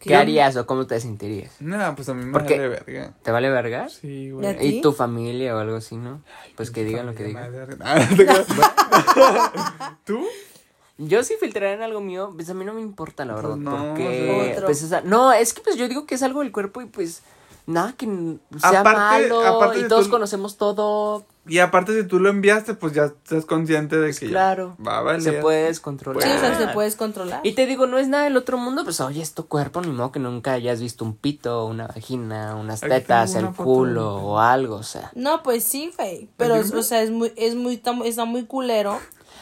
Speaker 3: ¿Qué harías o cómo te sentirías?
Speaker 2: Nada, pues a mí me
Speaker 3: ¿Por qué?
Speaker 2: vale verga.
Speaker 3: ¿Te vale verga?
Speaker 2: Sí,
Speaker 1: Ya
Speaker 2: güey.
Speaker 1: te
Speaker 3: ¿Y
Speaker 1: ¿Sí?
Speaker 3: tu familia o algo así, no? Pues que digan lo que
Speaker 2: Me
Speaker 3: digan.
Speaker 2: vale verga. <laughs> Ah, no te
Speaker 3: <laughs>
Speaker 2: creas. <laughs> ¿Tú?
Speaker 3: Yo si filtraran algo mío, pues a mí no me importa, la verdad.
Speaker 2: Pues no,
Speaker 3: porque,
Speaker 1: otro.
Speaker 3: pues, o sea, no, es que pues yo digo que es algo del cuerpo y pues nada que n- sea
Speaker 2: Aparte-
Speaker 3: malo
Speaker 2: aparte
Speaker 3: y
Speaker 2: de
Speaker 3: todos
Speaker 2: tú-
Speaker 3: conocemos todo. pues,
Speaker 2: Y aparte, si tú lo enviaste, pues ya estás consciente de que. ya
Speaker 3: Claro.
Speaker 2: Va a valer.
Speaker 3: Se puede descontrolar.
Speaker 1: Sí, o sea, se puedes controlar.
Speaker 3: Y te digo, no es nada del otro mundo, pues oye, es tu cuerpo, ni modo que nunca hayas visto un pito, una vagina, unas
Speaker 2: Aquí tengo
Speaker 3: tetas,
Speaker 2: una
Speaker 3: el
Speaker 2: foto
Speaker 3: culo
Speaker 2: de-
Speaker 3: o algo, o sea.
Speaker 1: No, pues sí, güey. Pero,
Speaker 2: ¿Te digo?
Speaker 1: o sea, es muy, es muy, está, muy- está muy culero.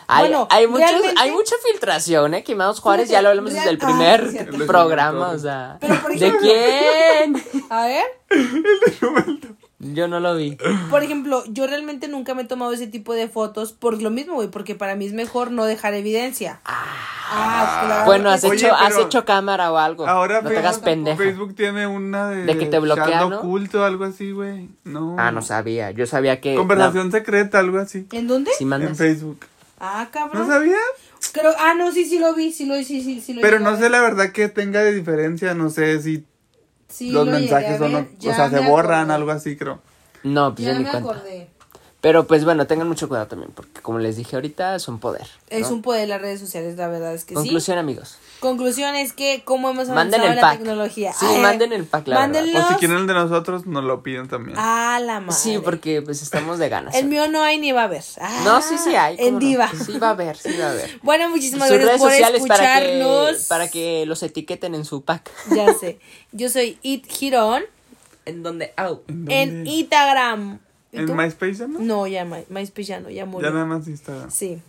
Speaker 3: Hay,
Speaker 1: Bueno,
Speaker 3: hay, muchos-
Speaker 1: realmente-
Speaker 3: hay mucha filtración, ¿eh? Quemados Juárez,
Speaker 1: Fíjate,
Speaker 3: ya lo hablamos desde el
Speaker 1: real-
Speaker 3: primer
Speaker 1: ah, sí, cierto.
Speaker 3: programa, o sea.
Speaker 1: Pero, por
Speaker 3: ¿De
Speaker 1: ejemplo-
Speaker 3: quién?
Speaker 1: A ver.
Speaker 3: Yo no lo vi.
Speaker 1: Por ejemplo, yo realmente nunca me he tomado ese tipo de fotos por lo mismo, güey, porque para mí es mejor no dejar evidencia. Ah, claro.
Speaker 3: Bueno, has,
Speaker 1: Eso-
Speaker 2: Oye,
Speaker 3: hecho, has
Speaker 2: pero-
Speaker 3: hecho cámara o algo.
Speaker 2: Ahora
Speaker 3: no te hagas
Speaker 2: Facebook,
Speaker 3: pendeja.
Speaker 2: Facebook tiene una de.
Speaker 3: De que te bloquea,
Speaker 2: chat
Speaker 3: ¿no?
Speaker 2: oculto, algo así, güey. No.
Speaker 3: Ah, no sabía. Yo sabía que.
Speaker 2: Conversación secreta, algo así.
Speaker 1: ¿En dónde?
Speaker 3: no, sí mandas.
Speaker 2: En Facebook.
Speaker 1: Ah,
Speaker 2: ¿No
Speaker 1: cabrón.
Speaker 2: sabías?
Speaker 1: Creo, ah, no, sí, sí lo vi, sí lo vi, sí, sí, sí lo
Speaker 2: Pero
Speaker 1: llegué a
Speaker 2: no
Speaker 1: ver.
Speaker 2: sé la verdad que tenga de diferencia, no sé si
Speaker 1: Sí
Speaker 2: los
Speaker 1: lo llegué a
Speaker 2: mensajes son,
Speaker 1: ver,
Speaker 2: o
Speaker 1: ya
Speaker 2: sea, se
Speaker 1: me
Speaker 2: borran,
Speaker 1: acordé.
Speaker 2: algo así, creo.
Speaker 3: No, pues
Speaker 1: Ya
Speaker 3: yo ni
Speaker 1: me
Speaker 3: cuenta.
Speaker 1: acordé.
Speaker 3: Pero pues bueno, tengan mucho cuidado también, porque como les dije ahorita, son poder.
Speaker 1: Es
Speaker 3: ¿no?
Speaker 1: un poder las redes sociales, la verdad es Eh, que sí.
Speaker 3: Conclusión, amigos.
Speaker 1: Conclusión es que cómo hemos
Speaker 3: Manden
Speaker 1: avanzado
Speaker 3: el
Speaker 1: en la
Speaker 3: pack.
Speaker 1: tecnología.
Speaker 3: Sí,
Speaker 1: Ah,
Speaker 3: manden el pack, la verdad.
Speaker 2: O si
Speaker 1: mándenlos
Speaker 2: quieren el de nosotros, nos lo piden también.
Speaker 1: a la madre.
Speaker 3: Sí, porque pues estamos de ganas.
Speaker 1: el mío no hay ni va a haber. Ah,
Speaker 3: No, sí, sí hay. cómo
Speaker 1: En
Speaker 3: no.
Speaker 1: diva.
Speaker 3: Sí va a haber, sí va a haber.
Speaker 1: <laughs> Bueno, muchísimas
Speaker 3: Sus
Speaker 1: gracias
Speaker 3: redes
Speaker 1: por
Speaker 3: sociales para que,
Speaker 1: escucharnos.
Speaker 3: para que los etiqueten en su pack.
Speaker 1: Ya sé. Yo soy It Girón
Speaker 3: En donde, au.
Speaker 1: en Instagram. ¿Y
Speaker 2: ¿En
Speaker 1: tú?
Speaker 2: MySpace ya no?
Speaker 1: No, ya My- MySpace ya no, ya murió.
Speaker 2: Ya nada más Instagram.
Speaker 1: Sí.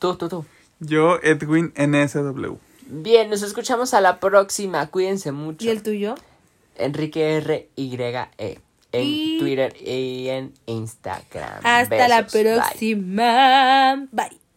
Speaker 3: Tú, tú, tú.
Speaker 2: Yo, Edwin NSW.
Speaker 3: Bien, nos escuchamos a la próxima. Cuídense
Speaker 1: ¿Y
Speaker 3: mucho.
Speaker 1: el tuyo?
Speaker 3: Enrique R Y E en
Speaker 1: Y-
Speaker 3: Twitter y en Instagram.
Speaker 1: Hasta la
Speaker 3: Besos. Bye.
Speaker 1: próxima. Bye.